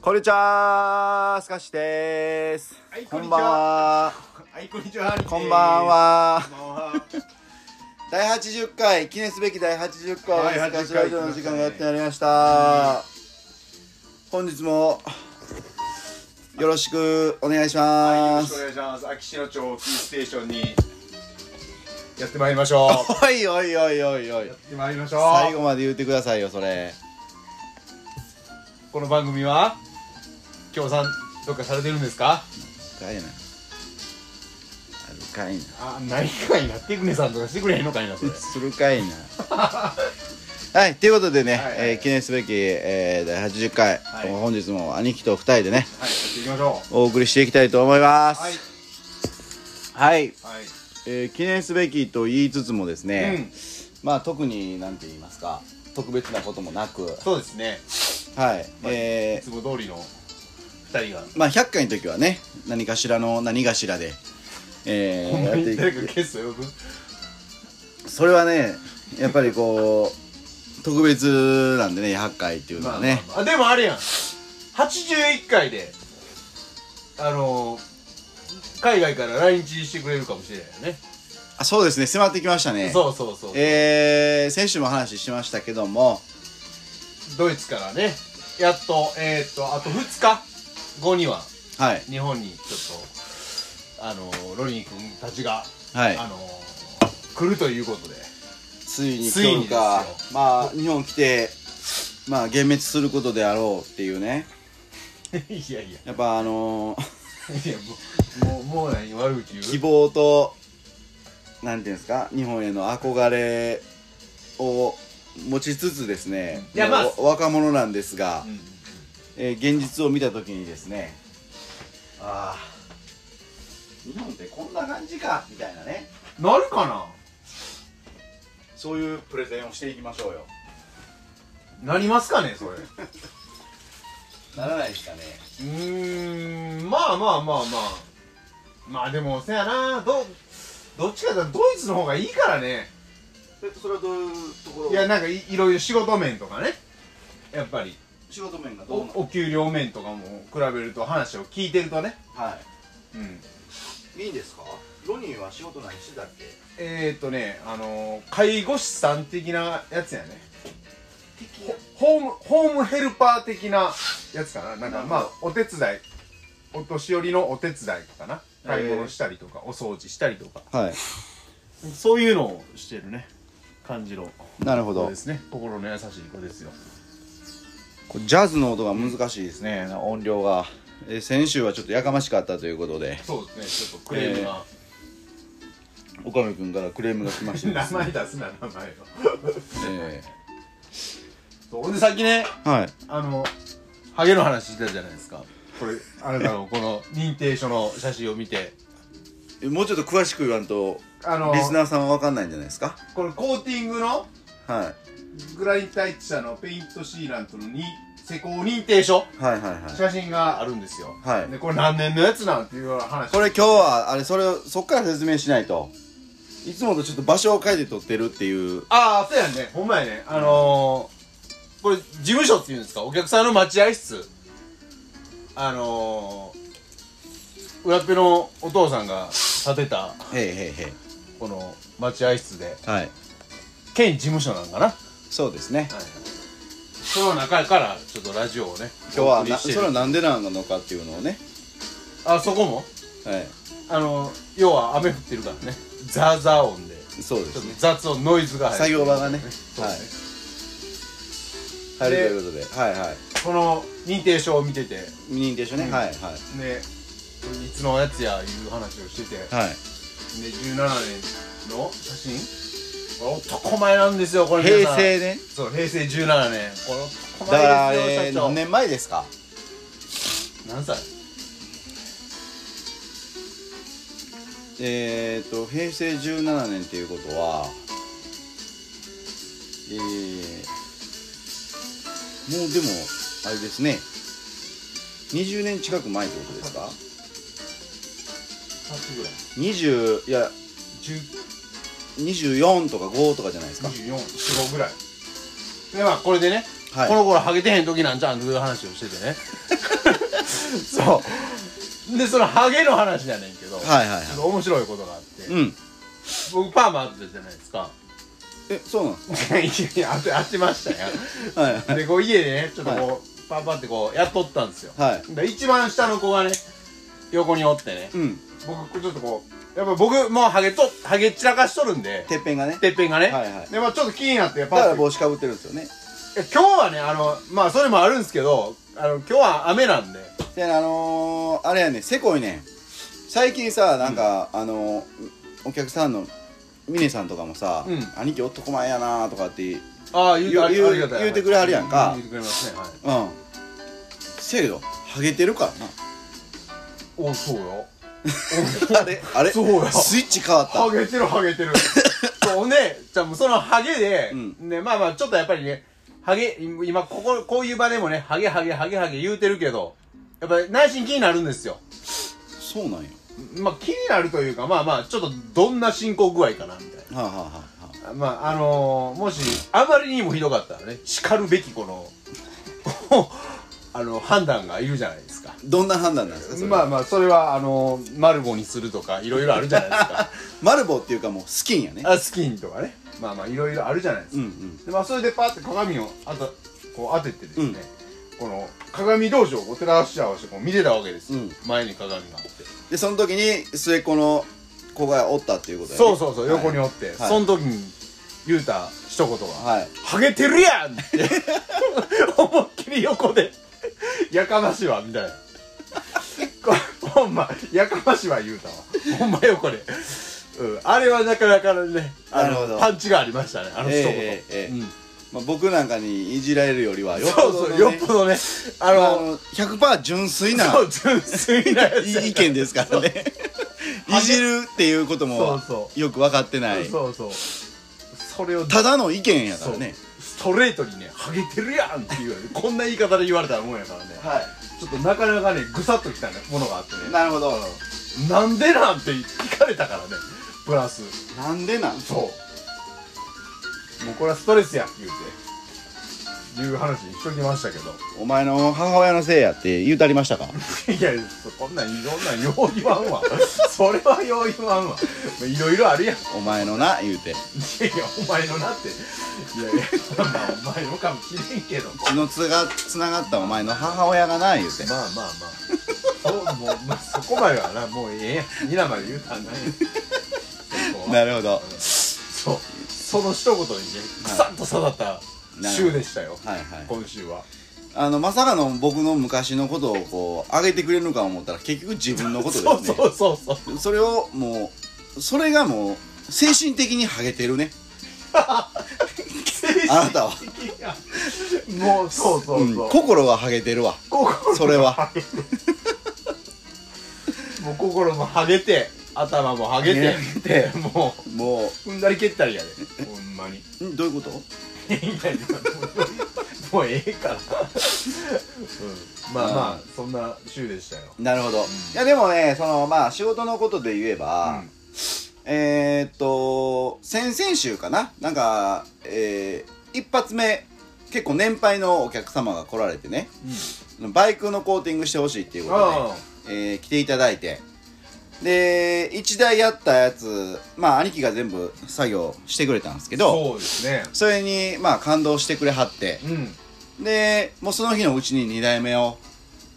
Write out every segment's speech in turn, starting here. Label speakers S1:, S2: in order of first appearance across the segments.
S1: こんにちはスカッシュです、
S2: はい
S1: こんばんは
S2: はい、 こんにちは。
S1: こんばん。は
S2: こんばんは。
S1: 第80回記念すべき第80
S2: は
S1: 回
S2: い
S1: スカッシュラジオの時間がやってまいりました、
S2: は
S1: 本日もよろしくお願いし
S2: はい、よ
S1: ま
S2: ろしくお
S1: す、
S2: 願いします。秋篠町キーステーションに。やってまいりましょ
S1: おいおいおいおいお
S2: う。
S1: い
S2: やってまいりましょう。
S1: 最後まで言ってくださいよそれ
S2: この番組は。協賛、どっかされてるんですか。
S1: 深いなあるかいな
S2: あ、ないかいな、テクネさんとかしてくれへんのかいな、そ れ。
S1: するかいなはいということでね、
S2: はいはいはい
S1: えー記念すべき、えー第80回、
S2: はい
S1: 本日も兄貴と2人でね
S2: はい、やっていきましょ
S1: お送りしていきたいと思いま
S2: う。はい
S1: す。はい、
S2: はい。
S1: えー記念すべきと言いつつもですね、
S2: うん
S1: まあ特になんて言いますか特別なこともなく
S2: そうですね。
S1: はい、
S2: まあい
S1: え
S2: つも通りの。二人が。
S1: ーまあ100回の時はね何かしらの何かしらで、えー
S2: ほんま
S1: や
S2: に
S1: ってい
S2: 誰
S1: く
S2: かゲスト呼ぶ。
S1: それはねやっぱりこう 特別なんでね100回っていうのはね、
S2: まあまあまあでもあれやん81回であのー海外から来日してくれるかもしれないよね、
S1: あそうですね迫ってきましたね
S2: そうそうそう、
S1: えー、先週も話しましたけども
S2: ドイツからねやっとえー、っとあと2日後には
S1: はい
S2: 日本にちょっとあのーロリー君たちが、
S1: はい
S2: あのー来るということで
S1: ついに
S2: つ
S1: 来
S2: いにで
S1: る
S2: すよ
S1: かまあ日本来てまあ幻滅することであろうっていうね
S2: いやいや
S1: やっぱあのー
S2: いやもうもうもう何悪口言う
S1: 希望となんていうんですか日本への憧れを持ちつつですね
S2: いやまあ
S1: もう若者なんですが
S2: う、ん
S1: えー現実を見た時にですねああ日本ってこんな感じかみたいなね
S2: なるか
S1: そういうプレゼンをしていきましょうよ
S2: ななりますかねそれう
S1: ならないですかね
S2: ーんまあまあまあまあまあでもせやなどどっちかだドイツの方がいいからね
S1: それはどういうところ
S2: いやなんかいいろいろ仕事面とかねやっぱり
S1: 仕事面がどうなの
S2: おお給料面とかも比べると話を聞いてるとね
S1: は
S2: うん
S1: いいいですかロニーは仕事何してたっけ
S2: えー、っとねあのー介護士さん的なやつやね
S1: 的な
S2: ホームホームヘルパー的なやつかななん
S1: なる
S2: か
S1: ほど
S2: まあお手伝いお年寄りのお手伝いかな買い物したりとか、お掃除したりとか
S1: はい
S2: そういうのをしてるね感じの
S1: なるほ
S2: 子
S1: ど
S2: ですね心の優しい子ですよ
S1: こうジャズの音が難しいですね、音量が、えー先週はちょっとやかましかったということで
S2: そうですねちょっと
S1: クレームが、岡部君からクレームが来ましてです
S2: 名
S1: ね、
S2: 前出すな名前を
S1: え
S2: そうほんでさっきね
S1: ーはい
S2: あのハゲの話してたじゃないですかこれあなたのこの認定書の写真を見て
S1: えもうちょっと詳しく言わんと
S2: あの
S1: リスナーさんは分かんないんじゃないですか
S2: これコーティングの
S1: は
S2: グラニットイ社のペイントシーラントのに施工認定書
S1: いはいはいはい
S2: 写真があるんですよ、
S1: はい
S2: でこれ何年のやつなんていうような話
S1: これ今日はあれそれをそっから説明しないといつもとちょっと場所を変えて撮ってるっていう
S2: ああそうやんねほんまやねあのー、これ事務所っていうんですかお客さんの待合室あのー、裏っぺのお父さんが建てた
S1: へいへいへい
S2: この待合室で
S1: はい
S2: 県事務所なんかな、はい、
S1: そうですね
S2: その中からちょっとラジオをね
S1: 今日は
S2: お送
S1: な
S2: りして
S1: それはなんでなのかっていうのをね
S2: あそこも
S1: はい
S2: あの要は雨降ってるからねザーザー音で
S1: そうで
S2: ちょっ
S1: す
S2: と
S1: ね
S2: 雑音ノイズが入る
S1: 作業場がね
S2: そう
S1: はい
S2: です
S1: はいと
S2: で
S1: いうことではいはい
S2: ねこの認定証を見てて
S1: 認定書ね
S2: うん
S1: はいはい
S2: ねいつのやつやいう話をしてて、ね、
S1: はい
S2: 17年の写真これ男前なんですよこれ皆さ
S1: 平
S2: ん
S1: 成ね
S2: そう平成17年この
S1: だ
S2: 男
S1: からあ
S2: 前ですよ
S1: れ
S2: 社長
S1: 何年前ですか
S2: 何歳
S1: えーと平成17年っていうことはえーもうでもあれですね20年近く前ってことですか
S2: 8ぐらい
S1: 20いや24とか5とかじゃないですか
S2: 2445ぐらいでまあこれでね、
S1: はい
S2: この頃ハゲてへん時なんじゃんという話をしててねそうでそのハゲの話やねんけど、
S1: はいはい
S2: ちょ
S1: は
S2: っと面白いことがあって、
S1: いうん
S2: 僕パーマ当てたじゃないですか
S1: えそうなんです
S2: いやいや当て当てましたよ
S1: かはいはい
S2: でこう家でねちょっとこう、パンパンってこうやっとったんですよ、
S1: はい
S2: で一番下の子がね横におってね
S1: うん
S2: 僕ちょっとこうやっぱ僕もうハゲとハゲ散らかしとるんで
S1: てっぺんがね
S2: てっぺんがね、
S1: はいはい
S2: でまあちょっと気になってパ
S1: だから
S2: ッと
S1: 帽子かぶってるんですよね
S2: いや今日はねあのまあそれもあるんですけどあの今日は雨なんで
S1: であのー、あれやねせこいねん最近さなんか、あのーお客さんの峰さんとかもさ、
S2: うん
S1: 兄貴男前やなとかってうん
S2: ああ言
S1: 言う
S2: あり
S1: 言う
S2: ありがたい
S1: 言うてくれはるやんか
S2: う言うてくれますねはい
S1: せやけどハゲてるから
S2: おそうよ
S1: なあれあれ
S2: そうや
S1: スイッチ変わった
S2: ハゲてるハゲてるそうねじゃあもうそのハゲで、
S1: うん
S2: ねまあまあちょっとやっぱりねハゲ今こここういう場でもねハゲハゲハゲハゲ言うてるけどやっぱり内心気になるんですよ
S1: そうなんよ
S2: まあ気になるというかまあまあちょっとどんな進行具合かなみたい
S1: はあ、はあはあは
S2: なまああのーもしあまりにもひどかったらね叱るべきこの こうあの判断がいるじゃないですか
S1: あ、どんな判断なんですかそれ、
S2: まあまあそれはあのーマルゴにするとかいろいろあるじゃないです か
S1: マルボっていうかもうスキンやね
S2: あスキンとかねまあまあいろいろあるじゃないですか
S1: うんうん
S2: でまあそれでパーって鏡をあたこう当ててですね、この鏡同士をこう照らし合わせてこう見てたわけですよ、
S1: うん
S2: 前に鏡があって
S1: でその時に末っ子の子がおったっていうことやね
S2: そうそうそう、横におって、
S1: い
S2: その時に言うた一言が「
S1: はい
S2: ハゲてるやん!」って 思いっきり横で「やかましいわ」みたいなこほんま「やかましいわ」言うたわほんま横で、うん、あれはなかなかねあ
S1: なるほ
S2: の
S1: ど
S2: パンチがありましたねあの一言、
S1: ええええ
S2: うん
S1: まあ、僕なんかにいじられるよりはよっ
S2: そ
S1: ぽ
S2: う
S1: ど
S2: そ
S1: の
S2: うよっ
S1: ね
S2: ぽどねあ
S1: あ
S2: の、
S1: の100%純粋な
S2: そう純粋なやつや
S1: い意見ですからねいじるっていうことも
S2: そうそ
S1: よく分かってない
S2: そうそうそれを
S1: ただの意見やからね
S2: そうストレートにね「ハゲてるやん!」って言わ れてこんな言い方で言われたらもんやからね
S1: は
S2: ちょっとなかなかねぐさっときたものがあってね
S1: なるほど
S2: なんでなんて聞かれたからねプラス
S1: なんでなん
S2: そうもうこれはストレスやって言うていう話にしときましたけど
S1: お前の母親のせいやって言うたりましたか
S2: いやそこんなんいろんなんよう言わんわそれはよう言わんわいろいろあるやん
S1: お前のな言うて
S2: いやいや、お前のなって。いやいや、まあ、お前のかもしれんけど。
S1: 血のつがつながったお前の母親がな言うて
S2: まあまあまあ。そう、もう、まあ、そこまではな、もうええやん。皆まで言うたらないやんそこは
S1: なるほど
S2: そう。その一言にね、ぐさっと刺さった週でしたよ。
S1: はいはい
S2: 今週は。
S1: あのまさかの僕の昔のことをこう上げてくれるのか思ったら結局自分のことですね
S2: そうそうそうそう。
S1: それをもうそれがもう精神的にハゲてるねあなたは
S2: もう、そうそううんそう。
S1: 心がハゲてるわ
S2: 心
S1: それは
S2: もう心もハゲて、頭もハゲて、
S1: ゲ
S2: もう。
S1: も
S2: 踏んだり蹴ったりやでほんまにいう
S1: どういうこと
S2: やいや もうええから、うん、まあまあそんな週でしたよ
S1: なるほど、いやでもねそのまあ仕事のことで言えば、えー、っと先々週かななんかえー、一発目結構年配のお客様が来られてねバイクのコーティングしてほしいっていうこと
S2: あ
S1: で、えー来ていただいてで1台やったやつまあ兄貴が全部作業してくれたんですけど
S2: そうですね
S1: それにまあ感動してくれはって
S2: うん
S1: でもうその日のうちに2台目を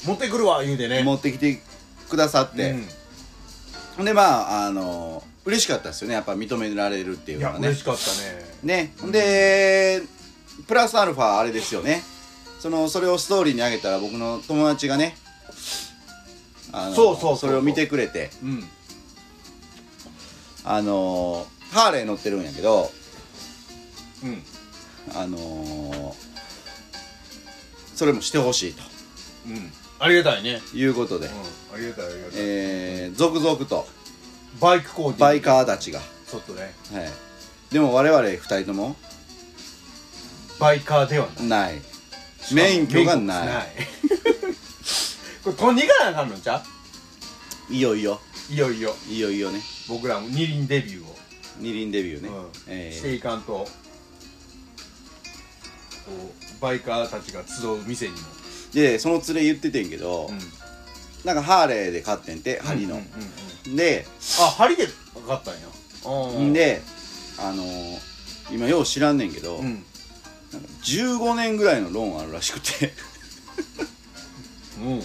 S2: 持ってくるわ言うてね
S1: 持ってきてくださって、でまああの嬉しかったですよねやっぱ認められるってい
S2: う
S1: う
S2: ん、い
S1: の
S2: や
S1: は
S2: 嬉
S1: ね
S2: しかったね
S1: ねでプラスアルファあれですよねそのそれをストーリーにあげたら僕の友達がねあの
S2: そうそうそうそう
S1: れを見てくれて
S2: うん
S1: あのハーレー乗ってるんやけど
S2: うん
S1: あのそれもしてほしいと
S2: うんありがたいね、
S1: いうことで、
S2: うん、ありがたいありがたい、
S1: えー、続々と
S2: バイクコーディング
S1: バイカーたちが、は
S2: ちょっとね
S1: い、でも我々二人とも
S2: バイカーではな
S1: な
S2: い
S1: い免許が
S2: 免許
S1: な
S2: ない これとにかなあかんのちゃ
S1: いいよいよ
S2: ういよいよ
S1: いよいよね
S2: 僕らも二輪デビューを
S1: 二輪デビューね、
S2: うん
S1: え
S2: して
S1: ー
S2: いかんとこうバイカーたちが集う店にも、
S1: でその連れ言っててんけど、
S2: うん
S1: なんかハーレーで買ってんて針
S2: う
S1: の
S2: ん、うんうん
S1: で
S2: あ針で分かったんやうん
S1: であのー今よう知らんねんけど、
S2: うん
S1: 15年ぐらいのローンあるらしくて
S2: うん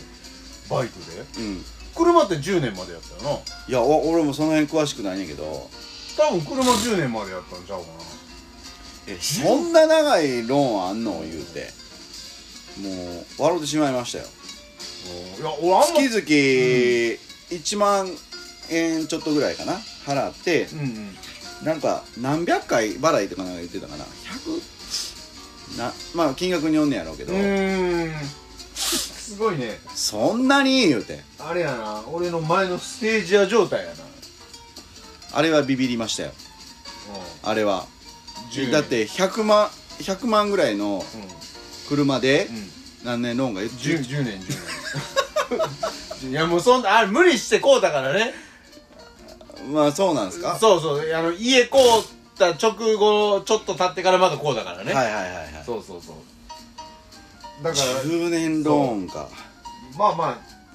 S2: バイクで
S1: うん
S2: 車って10年までやったよ
S1: いやお俺もその辺詳しくないねんけど
S2: な多分車10年までやったんちゃうか
S1: えそんな長いローンあんの言うてもう笑ってしまいましたよ
S2: なうんいや俺あんま
S1: 月々1万円ちょっとぐらいかな払って
S2: うんうん
S1: なんか何百回払いとかなんか言ってたかな100なまあ金額によんねやろうけど、
S2: うーんすごいね
S1: そんなに言うて
S2: あれやな俺の前のステージ屋状態やな
S1: あれはビビりましたよあれは
S2: 10
S1: だって100万100万ぐらいの
S2: うんうん
S1: 車で何年ローンが言っ
S2: 10, 10年10年いやもうそんなあれ無理してこうだからね
S1: まあそうなんですか
S2: そうそうあの家こうた直後ちょっと経ってからまだこうだからね、
S1: はいはいはいはい
S2: そうそうそうだから
S1: 10年ローンか
S2: まあまあ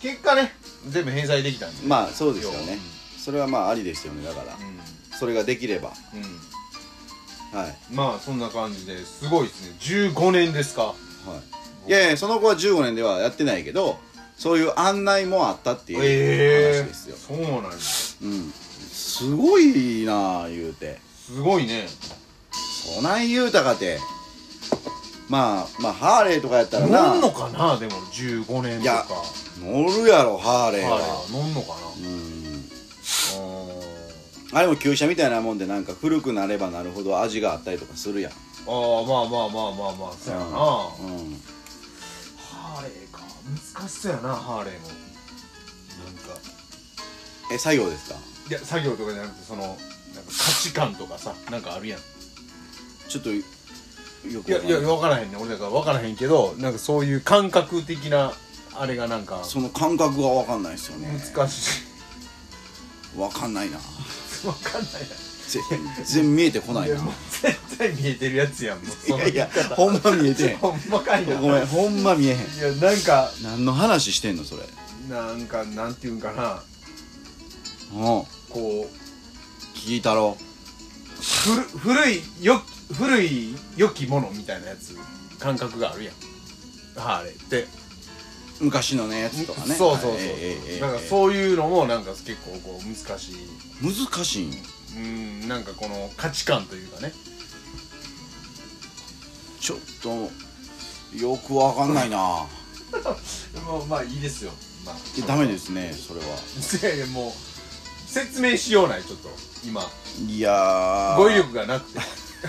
S2: 結果ね全部返済できたんでね
S1: まあそうですよねそれはまあありですよねだから
S2: う
S1: それができれば
S2: ん、うん
S1: はい
S2: まあそんな感じですごいですね15年ですか
S1: はい、いやいやその子は15年ではやってないけどそういう案内もあったっていう話ですよ、
S2: そうなんやす
S1: うん、すごいなあ言うて
S2: ごいね
S1: そない言うたかてまあまあハーレーとかやったらな
S2: 乗んのかなでも15年
S1: い
S2: と
S1: や
S2: か
S1: 乗るやろハーレーは、
S2: はい乗んのかな
S1: うん
S2: う
S1: あれも旧車みたいなもんでなんか古くなればなるほど味があったりとかするやん、
S2: ーんああまあまあまあまあまあそうやな、
S1: うん、
S2: ハーレーか難しそうやなハーレーもなんか
S1: え作業ですか
S2: いや作業とかじゃなくてそのなんか価値観とかさなんかあるやんい
S1: ちょっとよくわ
S2: や
S1: かん
S2: い
S1: ない
S2: や分からへんね俺だから分からへんけどなんかそういう感覚的なあれがなんか
S1: その感覚がわかんないですよね
S2: 難し
S1: わかんないない
S2: 分かんない や
S1: 全然見えてこない
S2: いや
S1: な
S2: もう絶対見えてるやつやんもうそ
S1: い
S2: の
S1: やいやほんま見えてへん
S2: ほんまかいな
S1: ごめんほんま見えへん
S2: いやなんか
S1: 何の話してんのそれ
S2: なんかなんていうんかな
S1: うん
S2: こう
S1: 聞いたろ
S2: 古古いよ古い良きものみたいなやつ感覚があるやんハーレーって、
S1: 昔のねやつとかね
S2: そうそうそう、
S1: はいええええええ
S2: なんかそういうのもなんか結構こう難しい
S1: 難しいん
S2: うんなんかこの価値観というかね
S1: ちょっとよくわかんないな
S2: まあまあいいですよまあ
S1: えダメですねそれはい
S2: やいやもう説明しようないちょっと今
S1: いやー
S2: 語彙力がなくて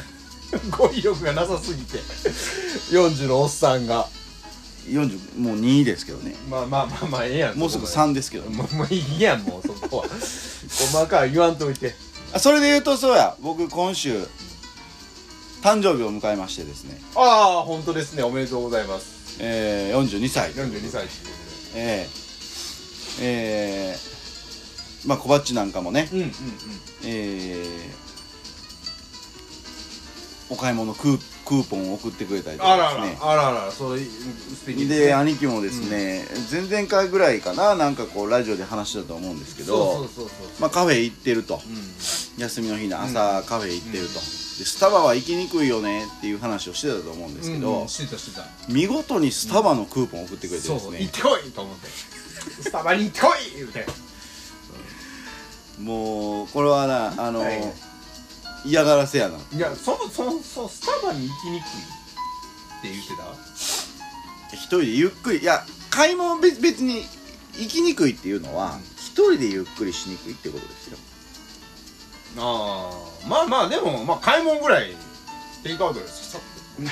S2: 語彙力がなさすぎて40のおっさんが
S1: 40もう2ですけどね
S2: まあまあまあまあええやん
S1: もうすぐ
S2: そこ
S1: 3ですけど
S2: までもうもういいやんもうそこは細かい言わんといて
S1: あそれで言うとそうや僕今週誕生日を迎えましてですね、
S2: ああ本当ですねおめでとうございます
S1: えー、42歳
S2: 42歳という
S1: ええええまあ小バッチなんかもね
S2: こと、でうんうん
S1: ええお買い物クークーポンを送ってくれたりと
S2: あら
S1: かです
S2: あら、
S1: ね
S2: あらあらそれ素敵ですね
S1: で兄貴もですね、前々回ぐらいかななんかこうラジオで話したと思うんですけど
S2: そうそうそうそう
S1: まあ、カフェ行ってると、
S2: うん
S1: 休みの日の朝、カフェ行ってると、でスタバは行きにくいよねっていう話をしてたと思うんですけ
S2: う
S1: ど
S2: ん、してたしてた
S1: 見事にスタバのクーポンを送ってくれて
S2: そ
S1: で
S2: う
S1: す
S2: そう
S1: ね、
S2: 行ってこいと思ってスタバに行ってこい言うて
S1: もうこれはなあの、
S2: はいは
S1: 嫌がらせやない
S2: やそもそもそうスタバに行きにくいって言ってた
S1: 一人でゆっくりいや買い物別別に行きにくいっていうのは、
S2: うん
S1: 一人でゆっくりしにくいってことですよ
S2: ああまあまあでもまあ買い物ぐらいテイクアウトでさっと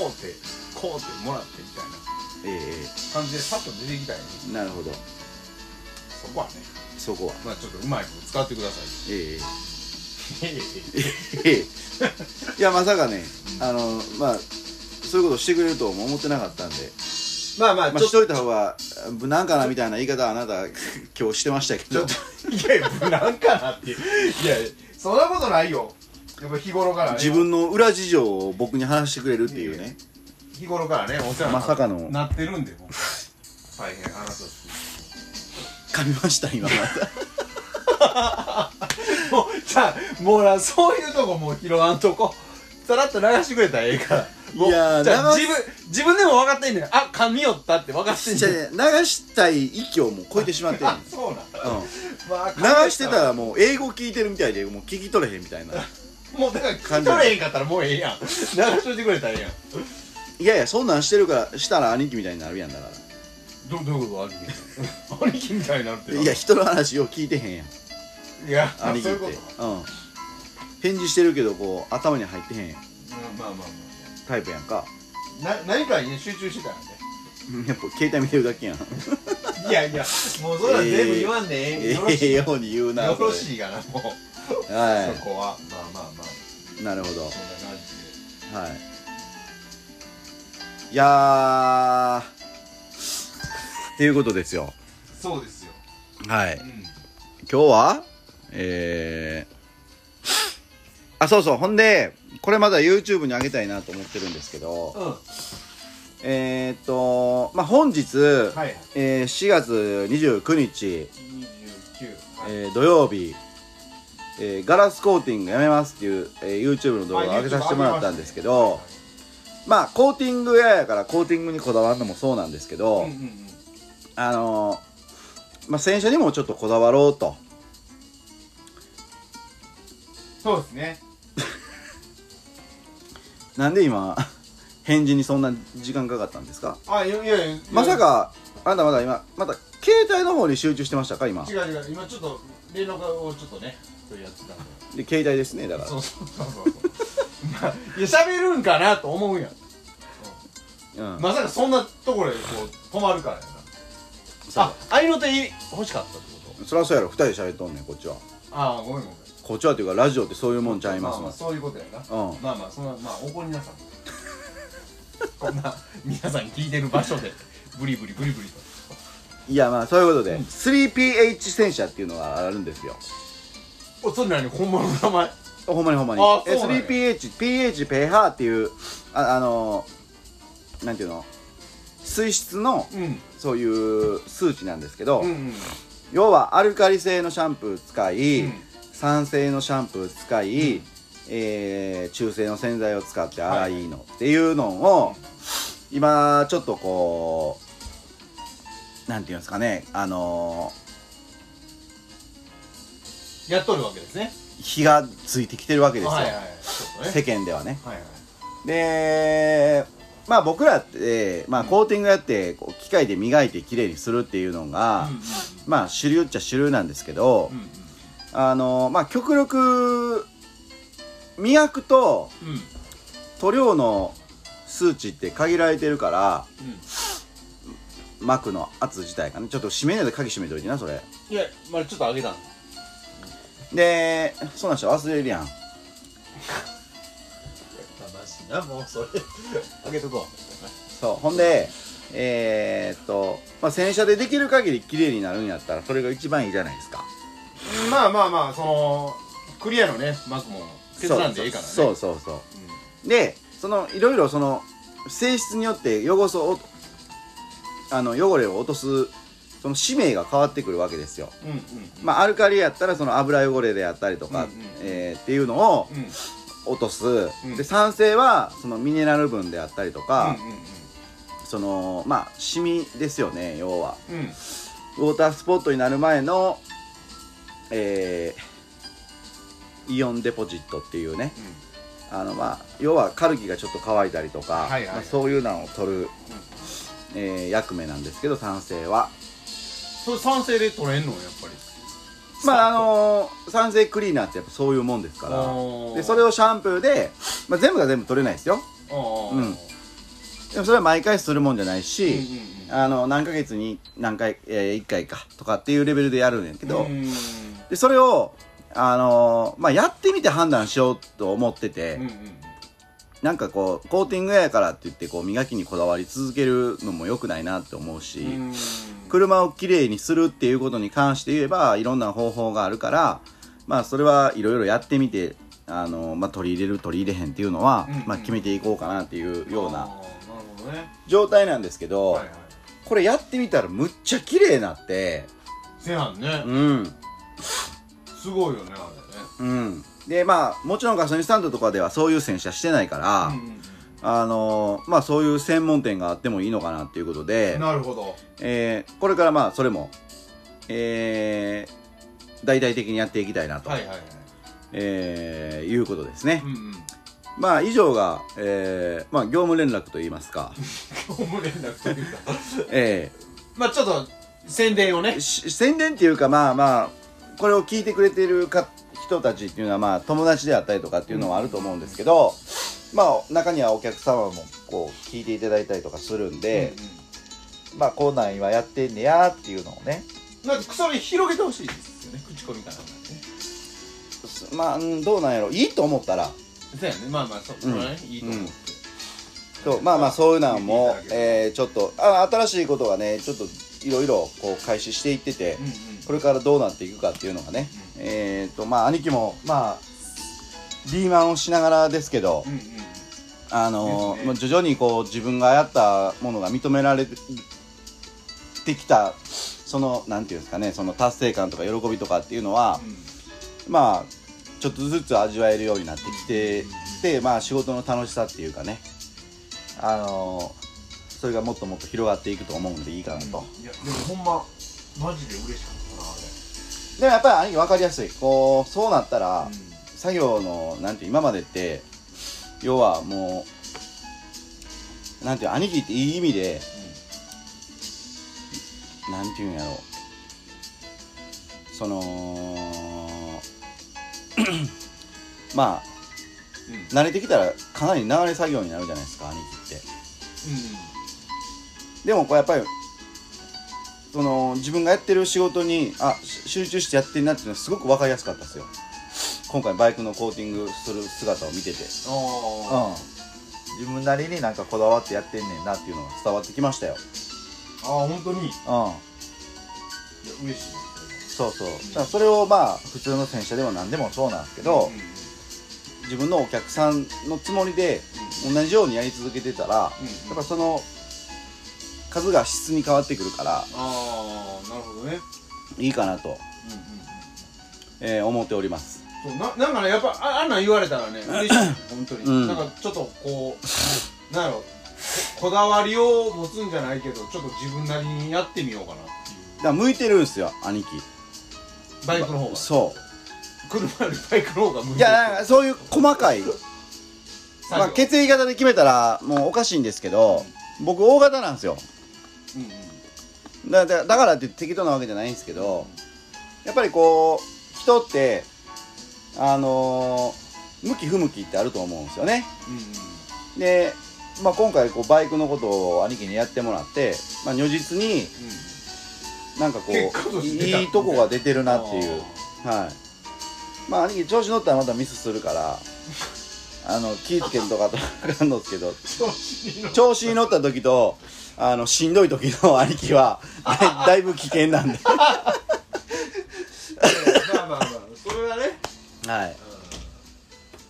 S2: こうてこうてもらってみたいな
S1: え
S2: 感じでさっと出てきたよね
S1: えなるほど
S2: そこはね
S1: そこは
S2: まあちょっとうまいこと使ってくださ
S1: え
S2: いいやいやい
S1: えええ
S2: や
S1: いやまさかねあのまあそういうことしてくれるとも思ってなかったんで、
S2: まあまあ
S1: まあ、
S2: ちょ
S1: し
S2: っと
S1: といた方が無難かなみたいな言い方はあな た今日してましたけ
S2: ち
S1: ど
S2: ょっといやいや無難かなっていやいやそんなことないよやっぱ日頃からね
S1: 自分の裏事情を僕に話してくれるっていう
S2: いえい
S1: ね
S2: 日頃からねお世話にな
S1: まさかの
S2: なってるんで僕大変あなたです
S1: 噛みました今
S2: もうじゃあもうなそういうとこもう拾わんとこさらっと流してくれたらええからもう
S1: いやー
S2: じゃあ
S1: 流
S2: 自分自分でも分かってんねんあ髪よったって分かって ん
S1: じ
S2: ね
S1: ゃ
S2: ん
S1: あ流したい息をもう超えてしまってんねん
S2: あ そうなん
S1: うん
S2: まあ
S1: 流してたらもう英語聞いてるみたいでもう聞き取れへんみたいな
S2: もうだから聞き取れへんかったらもうええやん流しといてくれたらええやん
S1: いやいやそんなんしてるからしたら兄貴みたいになるやんだか
S2: どどういうこと 兄貴兄貴みたいになるって
S1: ら
S2: ない
S1: や人の話を聞いてへんやん
S2: いやあ
S1: 兄貴
S2: そう
S1: って
S2: いうこと
S1: うん返事してるけどこう頭に入ってへん
S2: うんまあまあま
S1: タイプやんか
S2: あな何かに集中してたらね
S1: うんやっぱ携帯見てるだけやん
S2: いやいやもうそれは全部言わんでええ
S1: え
S2: よろし
S1: え
S2: い
S1: よ
S2: よ
S1: うに言うな
S2: ろ
S1: い
S2: しいがなもうそ
S1: は
S2: こはまあまあまあ
S1: いなるほど
S2: そんな感じで
S1: はいいやーっていうことですよ
S2: そうですよ。
S1: はい
S2: うん。
S1: 今日はえー、あそうそうほんでこれまだ YouTube に上げたいなと思ってるんですけど
S2: うん。
S1: えー、っとまあ本日、
S2: はい。
S1: えー4月29日、
S2: 二十九。はい。
S1: えー土曜日、えーガラスコーティングやめますっていう、えー YouTube の動画を上げさせてもらったんですけど、まあコーティング屋やからコーティングにこだわるのもそうなんですけど、
S2: うんうんうん。
S1: あのーまあ洗車にもちょっとこだわろうと
S2: そうですね。
S1: なんで今 返事にそんな時間かかったんですか
S2: あ、いやいやいや。
S1: まさ。かあなたまだ今また携帯の方に集中してましたか今
S2: 違う違う。今ちょっと連絡をちょっとね、とやってたんで。
S1: で携帯ですねだから
S2: そうそうそう そう。まあ、いや喋るんかなと思うやん。
S1: うん
S2: まさかそんなところでこう止まるからやな。
S1: そう
S2: あ、合いの手欲しかったってこと。
S1: そりゃそうやろ2人で喋っとんねんこっちは
S2: あー、ごめんごめん。
S1: こっちはというかラジオってそういうもんちゃいます
S2: まあ
S1: も
S2: ま
S1: ん
S2: あ、そういうことやな。
S1: うん
S2: まあまあそんなまあ怒 りなさいこんな皆さん聞いてる場所でブリブリブリブリと
S1: いやまあそういうことで、
S2: うん
S1: 3PH 戦車っていうのがあるんですよ
S2: おそれ何本物の名前
S1: ほんまにほんまに
S2: あ
S1: え
S2: そうなんや
S1: 3PHPH ペハーっていうああのーなんていうの水質の
S2: うん
S1: そういう数値なんですけど、
S2: うんうん
S1: 要はアルカリ性のシャンプー使い、
S2: うん
S1: 酸性のシャンプー使い、
S2: うん
S1: えー中性の洗剤を使って洗いのっていうのを、今ちょっとこうなんていうんですかねあのー
S2: やっとるわけですね
S1: 火がついてきてるわけですよ、
S2: はいはいちょっとね
S1: 世間ではね
S2: はいはい
S1: でまあ僕らって、まあ、コーティングやってこう機械で磨いてきれいにするっていうのが、
S2: う
S1: まあ主流っちゃ主流なんですけど、
S2: んうん
S1: あのまあ極力磨くと
S2: うんうんうん
S1: 塗料の数値って限られてるから膜の圧自体がねちょっと閉めないで鍵閉めといてなそれ
S2: いやまあちょっと上げたんです
S1: でそんなんしたら忘れるやん
S2: 悲しいなもうそれ上げとこ
S1: そうほんでえー、っと、まあ、洗車でできる限り綺麗になるんやったらそれが一番いいじゃないですか
S2: うまあまあまあそのクリアのねマクも決断でいいからね
S1: そううそうそうそう
S2: ん
S1: でそのいろいろその性質によって汚すをあの汚れを落とすその使命が変わってくるわけですよ
S2: うんうん
S1: まあ、アルカリやったらその油汚れであったりとか、
S2: うんうん
S1: えーっていうのを
S2: うんうん
S1: 落とす、
S2: ん
S1: で酸性はそのミネラル分であったりとか、
S2: うん
S1: そのまあシミですよね要は
S2: うんうん
S1: ウォータースポットになる前のえーイオンデポジットっていうねあのまあ要はカルキがちょっと乾いたりとか、
S2: はいはいはい
S1: まあそういうのを取る、えー役目なんですけど酸性は
S2: それ賛成で取れんのやっぱり
S1: まああのー酸性クリーナーってやっぱそういうもんですからでそれ
S2: を
S1: をシャンプーで、まあ、全部が全部取れないですよ
S2: うん
S1: うんでもそれは毎回するもんじゃないし、
S2: う
S1: あの何ヶ月に何回、え1回かとかっていうレベルでやるんやけ
S2: け
S1: ど、
S2: うん
S1: でそれをあのーまあ、やってみて判断しようと思ってて、
S2: うん
S1: なんかこうコーティングやからって言ってこう磨きにこだわり続けるのも良くないなって思うし、
S2: うん
S1: 車をきれいにするっていうことに関して言えばいろんな方法があるからまあそれはいろいろやってみてあの、まあ、取り入れる取り入れへんっていうのは、
S2: うんうん
S1: まあ、決めていこうかなっていうよう
S2: あ
S1: な
S2: ーなるほどね
S1: 状態なんですけど、
S2: はいはい
S1: これやってみたらむっちゃ綺麗になって
S2: せやんね
S1: うん
S2: すごいよねあれね
S1: うんでまあもちろんガソリンスタンドとかではそういう洗車してないから、
S2: うんうん
S1: あのーまあそういう専門店があってもいいのかなっていうこと
S2: う
S1: で
S2: ん、なるほど
S1: えーこれからまあそれもえー大々的にやっていきたいなと、
S2: はいはいはい
S1: えーいうことですね
S2: う、んうん
S1: まあ以上が、えーまあ業務連絡といいますか、
S2: ホーム連絡というか
S1: え
S2: まあちょっと宣伝をね
S1: ーし宣伝っていうかまあまあこれを聞いてくれてるか人たちっていうのはまあ友達であったりとかっていうのはあると思うんですけど、まあ中にはお客様もこう聞いていただいたりとかするんで、まあこんなん今やってんねやーっていうのをね
S2: うんうん、なんかそれ広げてほしいですよね口コミかなんかね
S1: すまあうんどうなんやろいいと思ったら
S2: そうやねまあまあそこはね、いいと思って、
S1: そうまあまあそういうのも
S2: 聞い、ていただければ
S1: えーちょっとあ新しいことがねちょっといろいろこう開始していってて、
S2: うんうん
S1: これからどうなっていくかっていうのがね、えっ、とまあ兄貴もまあリーマンをしながらですけど、
S2: うんうん
S1: あのー
S2: ですね
S1: もう徐々にこう自分がやったものが認められてきたそのなんていうんですかねその達成感とか喜びとかっていうのは、まあちょっとずつ味わえるようになってきてでまあ仕事の楽しさっていうかねあのーそれがもっともっと広がっていくと思うんでいいかなと、
S3: いやでもほんまマジで嬉しかったなあれ
S1: でもやっぱり兄貴分かりやすいこうそうなったら、
S3: うん
S1: 作業のなんて今までって要はもうなんていう兄貴っていい意味で、なんていうんやろその まあ
S2: うんうん
S1: 慣れてきたらかなり流れ作業になるじゃないですか兄貴ってでもこうやっぱりその自分がやってる仕事にあし集中してやってるなっていうのはすごく分かりやすかったですよ今回バイクのコーティングする姿を見てて
S2: ああ
S1: うん自分なりになんかこだわってやってんねんなっていうのが伝わってきましたよ
S2: あ本当にいや
S1: うん
S2: 嬉しい
S1: そうそうだからそれをまあ普通の洗車でも何でもそうなんですけど、
S2: うんうん
S1: 自分のお客さんのつもりで同じようにやり続けてたら、
S2: うん
S1: やっぱその数が質に変わってくるから
S2: ああなるほどね
S1: いいかなと、
S2: うんうん
S1: えー思っております
S2: そうななんかねやっぱああんなん言われ たらね嬉しい本当に、
S1: うん
S2: なんかちょっとこうなんやろここだわりを持つんじゃないけどちょっと自分なりにやってみようかなっていう
S1: だから向いてるんすよ兄貴
S2: バイクの方が
S1: そ
S2: 車よりバイクの方が向
S1: う
S2: い
S1: い
S2: て
S1: や
S2: る
S1: なんかそういう細かい、
S2: 作業
S1: まあ、血液型で決めたらもうおかしいんですけど僕 O 型なんですよ
S2: うんうん
S1: だだだからって適当なわけじゃないんですけどやっぱりこう人ってあのー向き不向きってあると思うんですよね
S2: うんうん
S1: で、まあ、今回こうバイクのことを兄貴にやってもらって、まあ、如実になんかこ
S2: 結果と
S1: う
S2: して出た
S1: いいとこが出てる
S2: うん
S1: なっていうはいまあ兄貴調子乗ったらまたミスするからあの気ぃつけんとかと分かんのですけど
S2: 調子に乗っ
S1: 調子に乗った時とあのしんどい時の兄貴はだいだいぶ危険なんで
S2: てまあまあまあそ れはね
S1: はい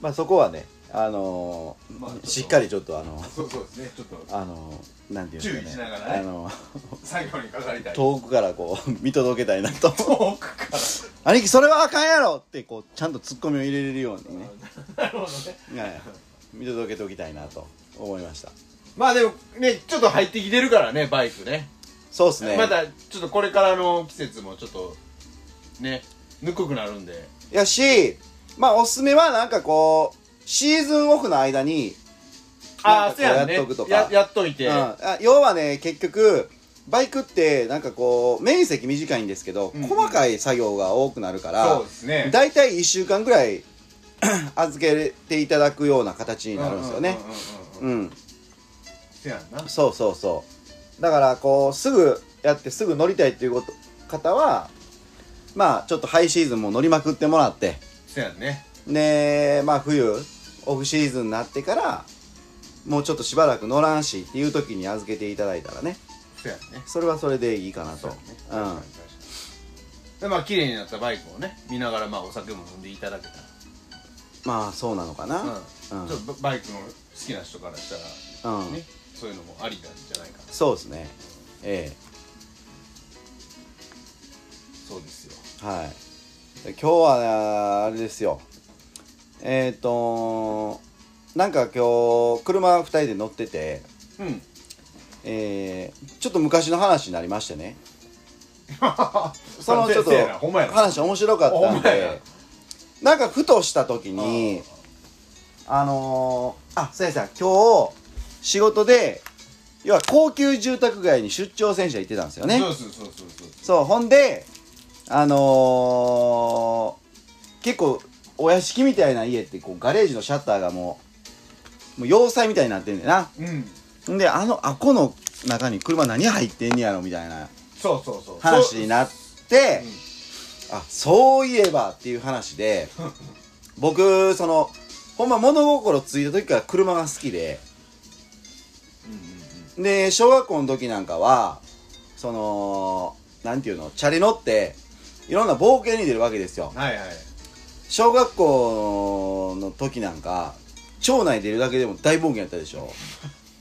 S1: まあそこはねあのー
S2: まあちょっと
S1: しっかりちょっとあの
S2: そうそうですねちょっと
S1: あのーなんていうんですかね
S2: 注意しながらね
S1: あの
S2: 作業にかかりたい遠
S1: 遠くからこう見届けたいなと
S2: くから
S1: 「兄貴それはあかんやろ!」ってこうちゃんとツッコミを入れれるようにね、
S2: なるほどね
S1: はい、見届けておきたいなと思いました
S2: まあでもねちょっと入ってきてるからねバイクね
S1: そうですね
S2: またちょっとこれからの季節もちょっとねぬくくなるんで
S1: やしまあおすすめはなんかこうシーズンオフの間になんかこう
S2: ね
S1: やっとくとか
S2: ややっといて
S1: うん、あ要はね結局バイクってなんかこう面積短いんですけど、
S2: うんうん
S1: 細かい作業が多くなるから
S2: そうですね
S1: 大体1週間ぐらい 預けていただくような形になるんですよね
S2: うんうんうんうんう
S1: う
S2: ん
S1: ん
S2: せやんな
S1: そうそうそうだからこうすぐやってすぐ乗りたいっていうこと方はまあちょっとハイシーズンも乗りまくってもらって
S2: せやんね
S1: でまあ冬オフシーズンになってからもうちょっとしばらく乗らんしっていう時に預けていただいたらね
S2: せやんね
S1: それはそれでいいかなと
S2: そうね
S1: う
S2: 確かに確かにでまあ綺麗になったバイクをね見ながらまあお酒も飲んでいただけた
S1: んまあそうなのかな
S2: ら、
S1: うん
S2: ちょっとバイクの好きな人からしたら
S1: うん、
S2: ね、そういうのもありなんじゃないかな
S1: そうですねえ
S2: そうですよ
S1: えはいで今日はあれですよえっ、となんか今日車2人で乗ってて
S2: うん
S1: えーちょっと昔の話になりましてねそのちょっと
S2: せやなほんまやな
S1: 話面白かったん
S2: ほんまや
S1: でなんかふとした時にあのー、あそうやそうや今日仕事で要は高級住宅街に出張戦車行ってたんですよね
S2: そうそうそうそうそう
S1: そうほんであのー、結構お屋敷みたいな家ってこうガレージのシャッターがもうもう要塞みたいになってんだよな
S2: うん
S1: んであのあこの中に車何入ってんねやろみたいな
S2: そうそうそう
S1: 話になってあそういえばっていう話で僕そのほんま物心ついた時から車が好きで
S2: うんうん
S1: で小学校の時なんかはそのなんていうのチャリ乗っていろんな冒険に出るわけですよ
S2: うんはいはい
S1: 小学校の時なんか町内出るだけでも大冒険やったでしょ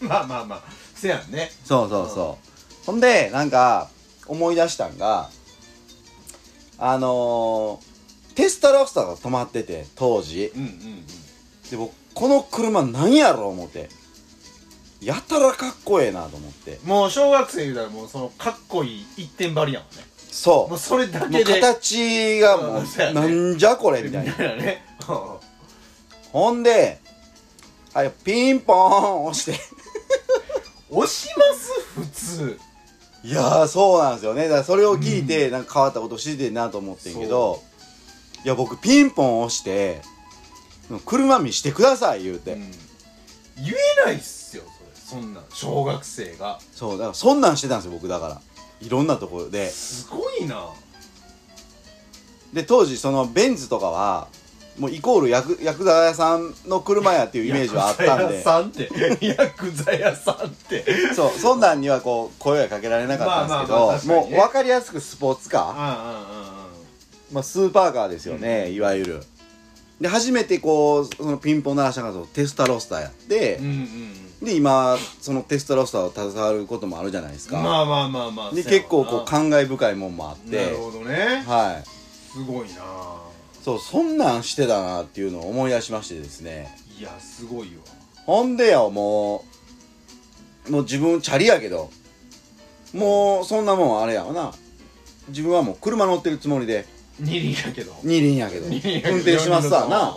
S2: まあまあまあせやんね
S1: そうそうそう。ほんで、なんか、思い出したんが、あのー、テスタラフターが止まってて、当時。
S2: うんうんうん
S1: で、僕、この車なんやろ思って。やたらかっこええなと思って。
S2: もう小学生言うたらもうそのかっこいい一点張りやもんね
S1: そ
S2: もうそれだ
S1: う。もう
S2: けで
S1: 形がも
S2: うんそうや
S1: う、
S2: ね
S1: なんじゃこれみ
S2: み
S1: た
S2: た
S1: い
S2: い
S1: な。
S2: なねうん
S1: ほんで、あれ、ピンポーン押して。
S2: 押します普通
S1: いやーそうなんですよねだからそれを聞いて、なんか変わったことしててんなと思ってんけどいや僕ピンポン押して「車見してください」言うて、
S2: うん言えないっすよそれそんなん小学生が
S1: そうだからそんなんしてたんですよ僕だからいろんなところです
S2: ごいな
S1: で当時そのベンツとかはもうイコールヤクヤクザ屋さんの車やっていうイメージはあったんで
S2: ヤクザ屋さんってヤクザ屋さんって
S1: そうそんなんにはこう声はかけられなかったんですけど、
S2: まあまあまあ確かにね
S1: もう分かりやすくスポーツカー
S2: うんうんうんうん
S1: まあ、スーパーカーですよね、いわゆるで初めてこうそのピンポン鳴らしたのがそのテスタロスターやって、
S2: うんうん
S1: で今そのテスタロスターを携わることもあるじゃないです
S2: う
S1: か、
S2: んまあまあまあまあ
S1: で結構こう
S2: か
S1: 感慨深いもんもあって
S2: なるほどね
S1: はい
S2: すごいな
S1: そうそんなんしてたなっていうのを思い出しましてですね
S2: いやすごいわ
S1: ほんでよもうもう自分チャリやけどもうそんなもんあれやわな自分はもう車乗ってるつもりで
S2: 二輪やけど
S1: 二輪やけど運
S2: 二輪やけど
S1: 転しますわな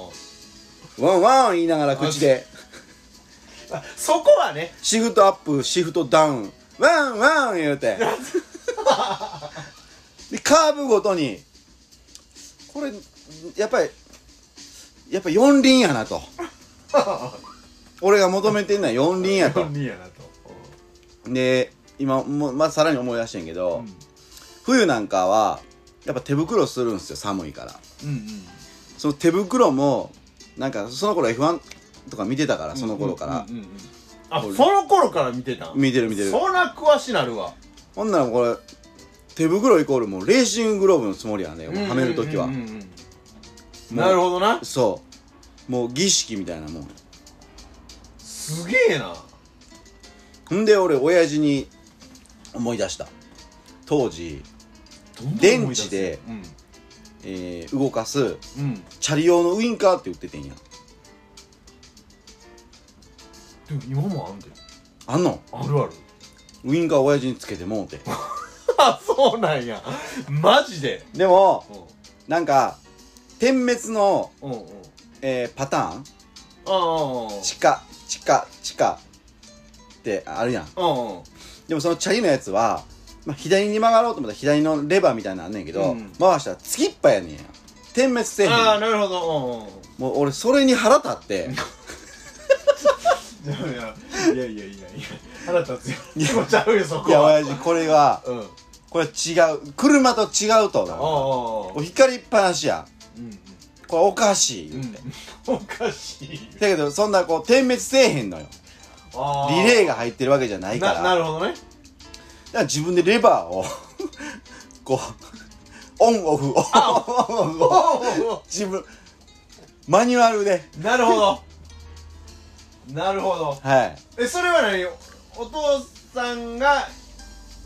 S1: ワンワン言いながら口で
S2: あそこはね
S1: シフトアップシフトダウンワンワン言う てでカーブごとにこれやっぱりやっぱ四輪や なと俺が求めてんのは四輪やと
S2: 二輪やなと
S1: で今もうまあさらに思い出してんけど、
S2: うん
S1: 冬なんかはやっぱ手袋するんですよ寒いから
S2: うん
S1: その手袋もなんかその頃 F1 とか見てたから
S2: うん
S1: その頃から、
S2: うんうんうんうんあその頃から見てたん
S1: 見てる見てる
S2: そら詳しなるわ
S1: ほんならこれ手袋イコールもうレーシンググローブのつもりやねもうはめるときは
S2: うんうんうんうんなるほどな
S1: そうもう儀式みたいなもん
S2: すげえな
S1: ほんで俺親父に思い出した当時、
S2: どんどん
S1: 電
S2: 思い出
S1: 池
S2: す
S1: で
S2: うん
S1: えー動かす
S2: うん
S1: チャリ用のウインカーって売っててんや
S2: でも今もあんで
S1: あんの
S2: あるあ る
S1: ウインカー親父につけてもうて
S2: あそうなんやマジで
S1: でも
S2: う
S1: なんか点滅の、
S2: んうんうん
S1: えーパターン
S2: ああ
S1: 地下地下地下ってあるやん
S2: うんうん
S1: でもそのチャリのやつは、まあ、左に曲がろうと思ったら左のレバーみたいなのあんねんけど、
S2: うん
S1: 回したら突きっぱやねんや点滅せえへん
S2: ああなるほど
S1: もう俺それに腹立って
S2: うんうんいやいやいやいやいや腹立つよ気持ち悪いよそ
S1: い
S2: こ
S1: や
S2: は
S1: 親父これは
S2: うんあ
S1: これは違う車と違うと
S2: あ
S1: こ
S2: あ
S1: れ光りっぱなしや
S2: うん
S1: これおかしい、
S2: う
S1: だ
S2: んおかしい
S1: けどそんなこう点滅せえへんのよ
S2: あ
S1: リレー
S2: が
S1: が入ってるわけじゃないから
S2: ななるほどね
S1: だから自分でレバーを こうオンオフオンオフを自分マニュアルで
S2: なるほどなるほど
S1: はい
S2: えそれは何お父さんが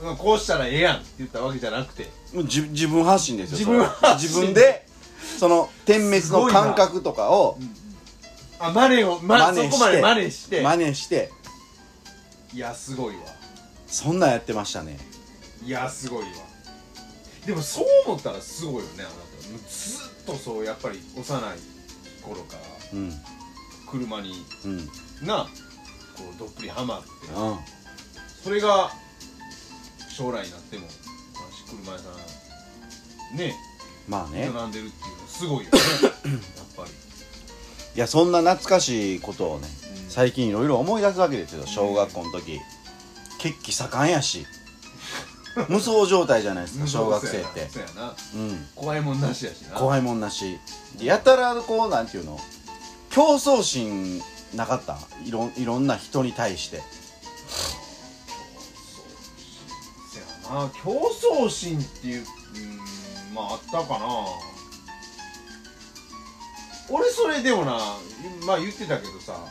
S2: うんこうしたらええやんって言ったわけじゃなくて
S1: もう自自分発信ですよ
S2: 自分
S1: それは
S2: 発信
S1: 自分でその点滅の感覚とかを
S2: あマネを、ま、
S1: 真似して
S2: そこまでマネして
S1: 真似して
S2: いやすごいわ
S1: そんなんやってましたね
S2: いやすごいわでもそう思ったらすごいよねあなたもうずっとそうやっぱり幼い頃から
S1: うん
S2: 車に
S1: うんうん
S2: なこうどっぷりハマってそれが将来になっても車屋さんね
S1: まあ
S2: 営
S1: ね
S2: んでるっていうのすご いよねやっぱり
S1: いやそんな懐かしいことをね
S2: うん
S1: 最近いろいろ思い出すわけですよ小学校の時血気盛んやし無双状態じゃない ですか小学生って
S2: そうやな
S1: うん
S2: 怖いもんなしやしな
S1: 怖いもんなしやたらこうなんていうの競争心なかったいろんいろんな人に対して
S2: せやな競争心っていううーんまああったかな俺それでもなまあ言ってたけどさあのー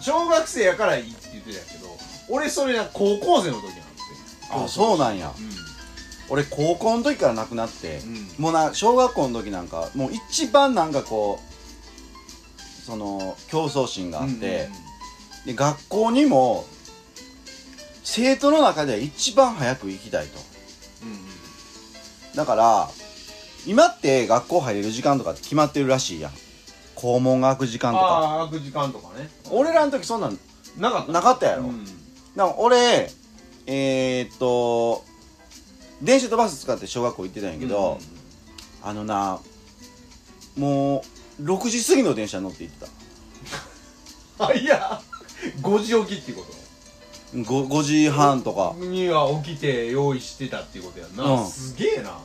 S2: 小学生やからいいって言ってたけど俺それな高校生の時なんて
S1: あそうなんや
S2: う
S1: 俺高校の時からなくなって、
S2: ん、うん、
S1: もうな小学校の時なんかもう一番なんかこうその競争心があって、で学校にも生徒の中では一番早く行きたいと
S2: うんうんうん
S1: だから今って学校入れる時間とかって決まってるらしいやん校門が開く時間とか
S2: ああ開く時間とかね
S1: 俺らの時そんなん
S2: なかった
S1: なかったやろ、
S2: うん
S1: なんか俺えー、っと電車とバス使って小学校行ってたんやけど、あのなもう6時過ぎの電車に乗って行ってた
S2: うんあいや5時起きってこと
S1: 5, 5時半とか
S2: には起きて用意してたっていうことやんな、
S1: うん
S2: すげえな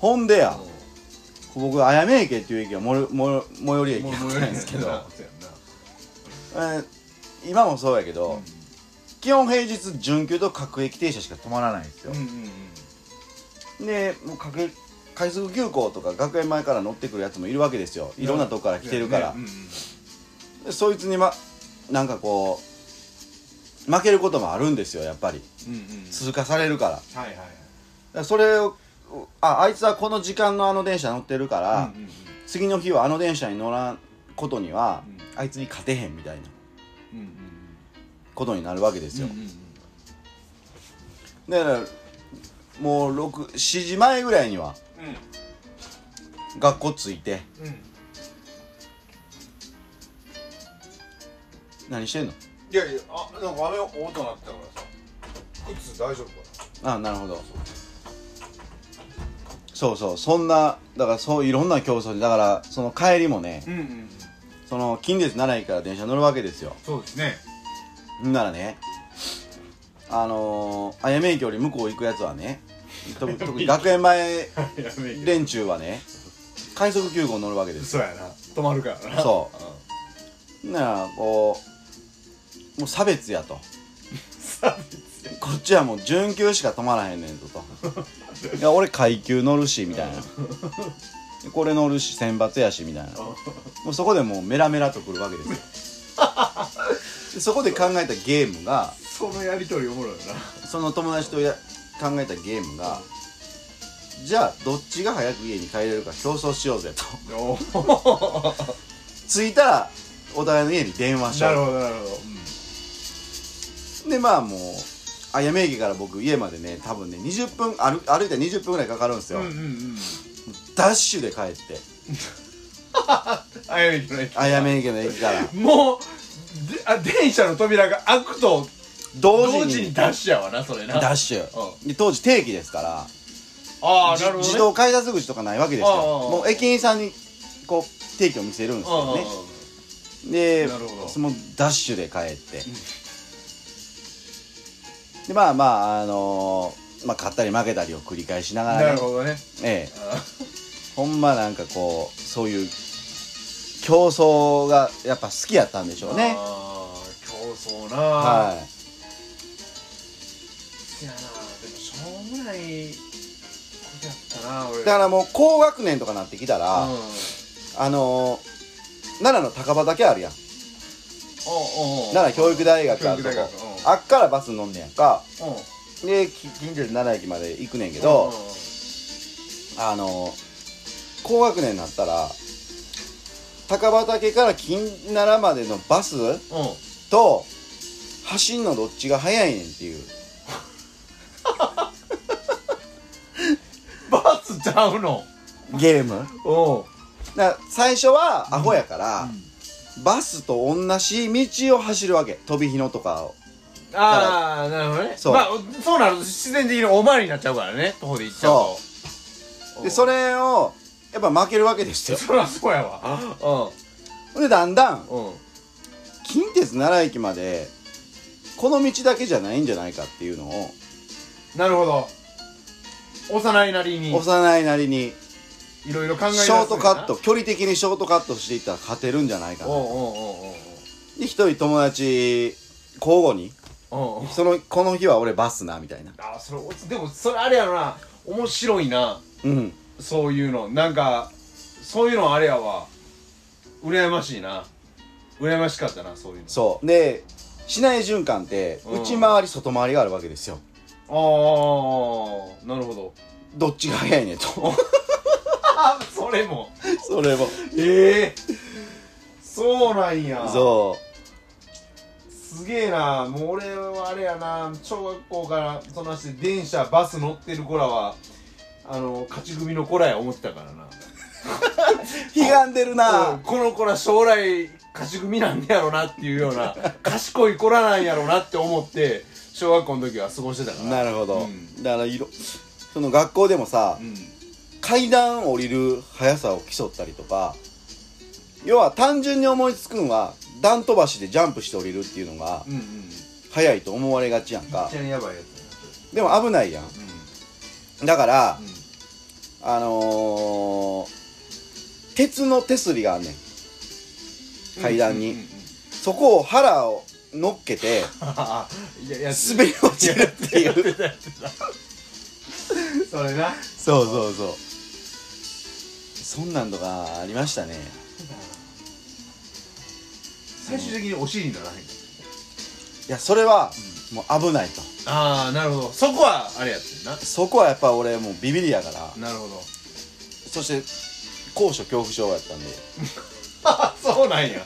S1: ほんでや
S2: うん
S1: 僕あやめ駅っていう駅はもろもろ最寄り駅
S2: もう
S1: やったんですけど、えー今もそうやけど、基本平日準急と各駅停車しか止まらないんですよ、
S2: うんうんうん
S1: でもう各駅快速急行とか学園前から乗ってくるやつもいるわけですよいろんなとこから来てるから、
S2: うんうんうん
S1: でそいつにまなんかこう負けることもあるんですよやっぱり
S2: うんうん
S1: 通過されるからだか
S2: はいはいはい
S1: らそれをああいつはこの時間のあの電車乗ってるから、
S2: うんうんうん
S1: 次の日はあの電車に乗らんことには、
S2: う
S1: あいつに勝てへんみたいな
S2: うんうん
S1: ことになるわけですよ、
S2: うんうんうん
S1: だからもう7時前ぐらいには学校着いて
S2: うんうん
S1: 何してんの
S2: いやいやあなんか雨音鳴ってたからさいつ大丈夫か
S1: あなるほどそうそうそんなだからそういろんな競争でだからその帰りもね
S2: なうんうん
S1: その近鉄奈良駅から電車乗るわけですよ
S2: そうですね
S1: んならねあのー、あやめ駅より向こう行くやつはねと特に学園前
S2: やめえ
S1: 連中はね快速急行乗るわけです
S2: そうやな止まるからな
S1: そ
S2: うん
S1: うならこうもう差別やと
S2: 差別や
S1: こっちはもう準急しか止まらへんねん ぞといや俺階級乗るしみたいなこれ乗るし選抜やしみたいなもうそこでもうメラメラとくるわけです よでそこで考えたゲームが
S2: そのやりとりおもろいよな
S1: その友達とや考えたゲームがじゃあどっちが早く家に帰れるか競争しようぜと
S2: お
S1: 着いたらお互いの家に電話しよう
S2: なるほどなるほど
S1: でまあもうあやめ駅から僕家までね多分ね20分歩歩いたら20分ぐらいかかるんですよ、
S2: うんうんうん
S1: ダッシュで帰って
S2: あやめきの駅
S1: あやめ駅の駅から
S2: もうであ電車の扉が開くと
S1: 同
S2: 同時
S1: 時
S2: に
S1: に
S2: ダッシュやわなそれな
S1: ダッ
S2: シュ
S1: シュ
S2: う
S1: で当時定期ですから
S2: ああ
S1: じ
S2: なるほど、ね、
S1: 自動改札口とかないわけです
S2: ああああ
S1: よもう駅員さんにこう定期を見せるんですよねで
S2: なるほど
S1: そのダッシュで帰ってでまあまああのーまあ勝ったり負けたりを繰り返しなが
S2: ああ
S1: ら
S2: ああ
S1: ね
S2: なるほどね
S1: ええ
S2: あ
S1: ほんまなんかこうそういう競争がやっぱ好きやったんでしょ
S2: あ
S1: うね
S2: ああ競争な
S1: はい
S2: やなでもしょうもないことやったな俺
S1: いだからもう高学年とかなってきたら、
S2: う
S1: あ
S2: ん
S1: のー、奈良の高場だけあるやん
S2: おうおうおう
S1: 奈良教育大学あるとこ
S2: 教育大学うん
S1: あっからバス乗んねやんか
S3: うん
S1: でき近所で奈良駅まで行くねんけ
S3: け
S1: ど、あの高学年になったら高畑から金奈良までのバス
S3: うんうん
S1: と走んのどっちが早いねんっていう
S2: バスちゃうの
S1: ゲーム
S2: おう
S1: だから最初はアホやから、
S2: うん
S1: バスと同じ道を走るわけ飛び火のとかを
S2: ああなるほどね
S1: そう
S2: まあそうなると自然的におまわりになっちゃうからね徒歩で行っちゃうと
S1: でそ
S2: れ
S1: れをやっぱ負けるわけですよ
S2: そりゃそうやわ
S1: ほんでだんだん
S2: うんうん
S1: 近鉄奈良駅までこの道だけじゃないんじゃないかっていうのを
S2: なるほど幼いなりに
S1: 幼いなりに
S2: いろいろ考え出す
S1: ショートカット距離的にショートカットしていったら勝てるんじゃないか
S2: おう
S1: な
S2: おうおう
S1: で一人友達交互に
S2: おうおうおう
S1: そのこの日は俺バスなみたいな
S2: あーそれでもそれあれやろな面白いな
S1: うん
S2: そういうのなんかそういうのあれやわ羨ましいな羨ましかったなそういうの
S1: そうで市内循環って
S2: うん
S1: 内回り外回りがあるわけですよ
S2: ああなるほど
S1: どっちが早いねと
S2: あそれも
S1: それも
S2: ええそうなんや
S1: そう
S2: すげえなもう俺はあれやな小学校からそんなして電車バス乗ってる子らはあの勝ち組の子らや思ってたから
S1: う
S2: な
S1: 悲願でる
S2: うん
S1: な
S2: この子ら将来勝ち組なんやろなっていうような 賢い子らなんやろなって思って小学校の時は過ごしてたから
S1: なるほど、
S2: うん
S1: だから色その学校でもさ、
S2: うん
S1: 階段降りる速さを競ったりとか要は単純に思いつくんは段飛ばしでジャンプして降りるっていうのが
S2: うんうんめっ
S1: 速いと思われがちやんか
S2: ちゃやばいや
S1: でも危ないや
S2: つや
S1: んだから
S2: なうん、うん、
S1: あのー鉄の手すりがあんねん階段に、
S2: うんうんうん
S1: そこを腹を乗っけて
S2: ああいややつ
S1: 滑り落ちるっていう
S2: それな
S1: そうそうそうそんなんとかありましたね
S2: 最終的にお尻にならへん
S1: いやそれはもう危ないと
S2: ああなるほどそこはあれやってんな
S1: そこはやっぱ俺もうビビりやから
S2: なるほど
S1: そして高所恐怖症やったんで
S2: あそうなんや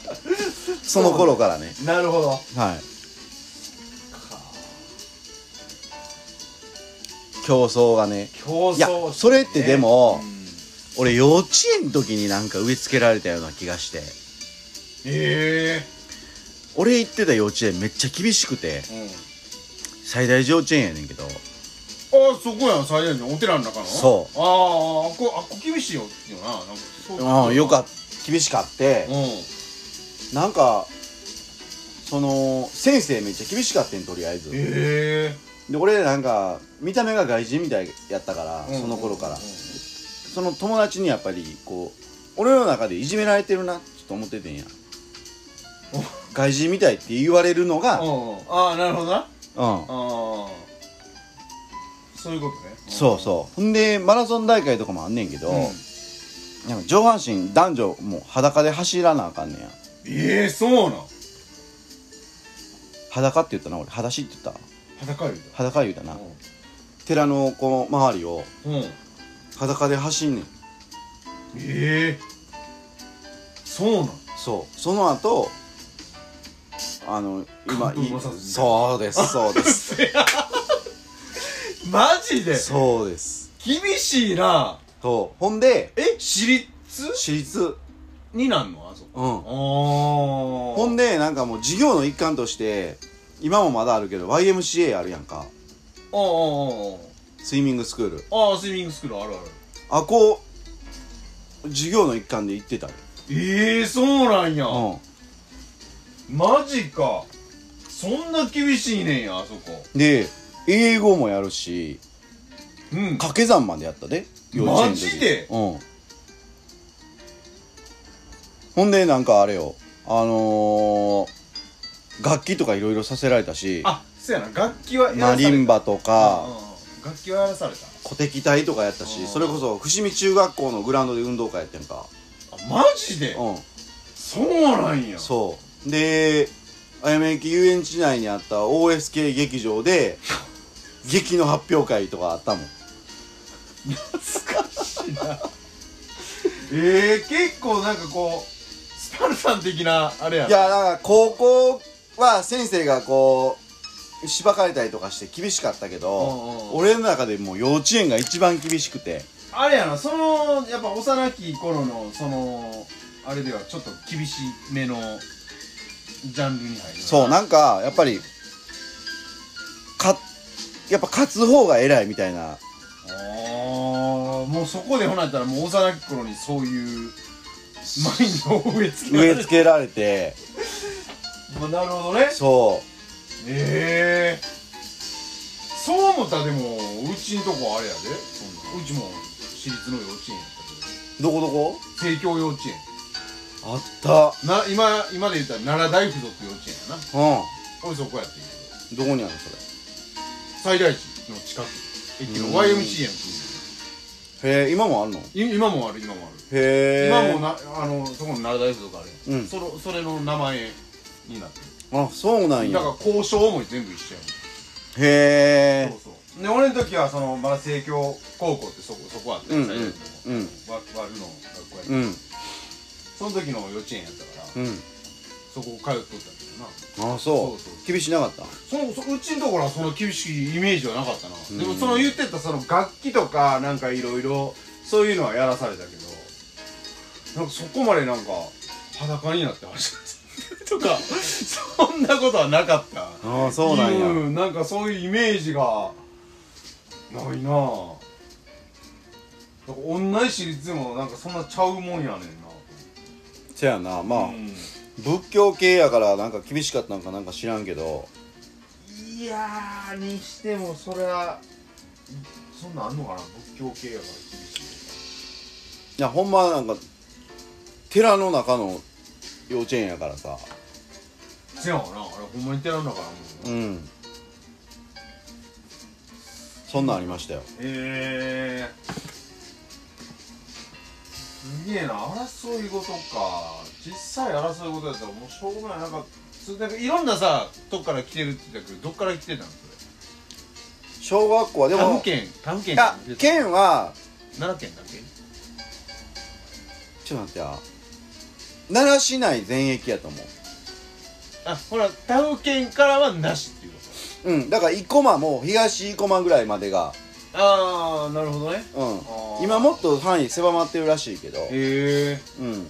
S1: その頃からね
S2: なるほど
S1: はい競争がね
S2: 競
S1: いや
S2: 争
S1: それってでも
S2: うん
S1: 俺幼稚園の時になんか植え付けられたような気がして
S2: え
S1: 俺行ってた幼稚園めっちゃ厳しくて
S2: えうん
S1: 最大児幼稚園やねんけど
S2: あそこやん最大のお寺の中の
S1: そう
S2: あああっこあっこ厳しいよよななんか
S1: うんよか
S2: っ
S1: っ厳しかって
S2: うん
S1: なんかその先生めっちゃ厳しかってんとりあえずで
S2: え
S1: 俺なんか見た目が外人みたいやったから
S2: え
S1: その頃から
S2: うんうん
S1: その友達にやっぱりこう俺の中でいじめられてるなちょっと思っててんや
S2: お
S1: 外人みたいって言われるのが
S2: うんうんああなるほどなあ
S1: うん
S2: あそういうことね
S1: そうそうほんでマラソン大会とかもあんねんけど、
S2: うん
S1: なんか上半身男女もう裸で走らなあかんねんや
S2: ええそうなん
S1: 裸って言ったな俺裸足って言った
S2: 裸より
S1: 裸言うた
S2: だ
S1: な寺のこの周りを
S2: うんうん
S1: 裸で走んねん
S2: ええそうなん
S1: そうその後あの今
S2: 関東摩擦みたいな
S1: そうですそうです
S2: マジで
S1: そうです
S2: 厳しいな
S1: そうほんで
S2: え私立
S1: 私立
S2: になんのあそこ
S1: うん
S2: お
S1: ほん
S2: で
S1: でなんかもう授業の一環として今もまだあるけど YMCA あるやんか
S2: おおお
S1: スイミングスクール
S2: ああスイミングスクールあるある
S1: あこう授業の一環で行ってたで
S2: ええそうなんや、
S1: う
S2: マジかそんな厳しいねんやあそこ
S1: んで英語もやるし
S2: うん
S1: 掛け算までやったでの時
S2: マジで
S1: うんほんでなんかあれよあのー、楽器とかいろいろさせられたし
S2: あそうやな楽器はや
S1: マ
S2: らされた
S1: リンバとか、
S2: うんうんうん楽器はやらされた
S1: 小敵隊とかやったし
S2: うん
S1: それこそ伏見中学校のグラウンドで運動会やってんか
S2: あマジで
S1: うん
S2: そうなんや
S1: そうであやめき遊園地内にあった OSK 劇場で 劇の発表会とかあったもん
S2: ええ結構なんかこうスパルタン的なあれや
S1: いやだから高校は先生がこうしばかれたりとかして厳しかったけど、
S2: うんうん
S1: 俺の中でもう幼稚園が一番厳しくて
S2: あれやなそのやっぱ幼き頃のそのあれではちょっと厳しめのジャンルに入る
S1: そうなんかやっぱりかやっぱ勝つ方が偉いみたいな
S2: あーもうそこでほなったらもう幼き頃にそういうマインドを植え付け
S1: 植
S2: られ
S1: え
S2: て
S1: 付けられて
S2: まあなるほどね
S1: そ
S2: ええそう思ったらでもうちんとこあれやでそんなうちも私立の幼稚園やった
S1: う
S2: け
S1: どこどこ
S2: ど帝京幼稚園
S1: あった
S2: な今今で言ったら奈良大附属幼稚園やな
S1: う
S2: 俺そこやってんけど
S1: んどこにあるのそれ
S2: 最大地の近く駅の YMCA の近
S1: へえ今もあるのへ
S2: くい今もある今もある、
S1: え
S2: 今もなあのそこの奈良大附属ある、
S1: うん
S2: そのそれの名前になって
S1: あそうなん
S2: る
S1: や
S2: だから交渉も全部一緒や
S1: へ
S2: もんそうそうで俺の時はそのまだ西京高校ってそこそこあって、
S1: うんうん
S2: 最大地の
S1: うん
S2: わ割るの学校
S1: え
S2: やっ
S1: う
S2: て、
S1: ん
S2: その時の幼稚園やったから、
S1: うん
S2: そこ通っとったんだけどな
S1: あそう
S2: そうそう
S1: 厳しなかった
S2: そのそうちのところはその厳しいイメージはなかったな、
S1: ん
S2: でもその言ってたその楽器とかなんかいろいろそういうのはやらされたけどなんかそこまでなんか裸になって走る とかそんなことはなかった
S1: ああそうなんや、
S2: うんなんかそういうイメージがないなぁなんか同じ私立でもなんかそんなちゃうもんやねんな
S1: せやなまあ、
S2: うん
S1: 仏教系やからなんか厳しかったんかなんか知らんけど
S2: いやーにしてもそれは
S3: そんなんあんのかな仏教系やから厳しい
S1: いやほんまなんか寺の中の幼稚園やからさ
S2: 違うなあれほんまに寺の中だもん
S1: うんそんなんありましたよ
S2: へえすげえな争い事か実際争い事やったらもうしょうがないなんかつなんかいろんなさとこから来てるって言ってたけどどっから来てたのそ
S1: 小学校はで
S2: れ他
S1: も
S2: 府県他府
S1: い
S2: 県
S1: や
S2: から来てた
S1: 県は
S2: 奈良県だっけ
S1: ちょっと待ってや奈良市内全域やと思
S2: あほら他府県からはなしっていうこ
S1: ううんだから生駒も東生駒ぐらいまでが
S2: とああなるほどね
S1: うん
S2: ー
S1: 今もっと範囲狭まってるらしいけど
S2: へえ
S1: うん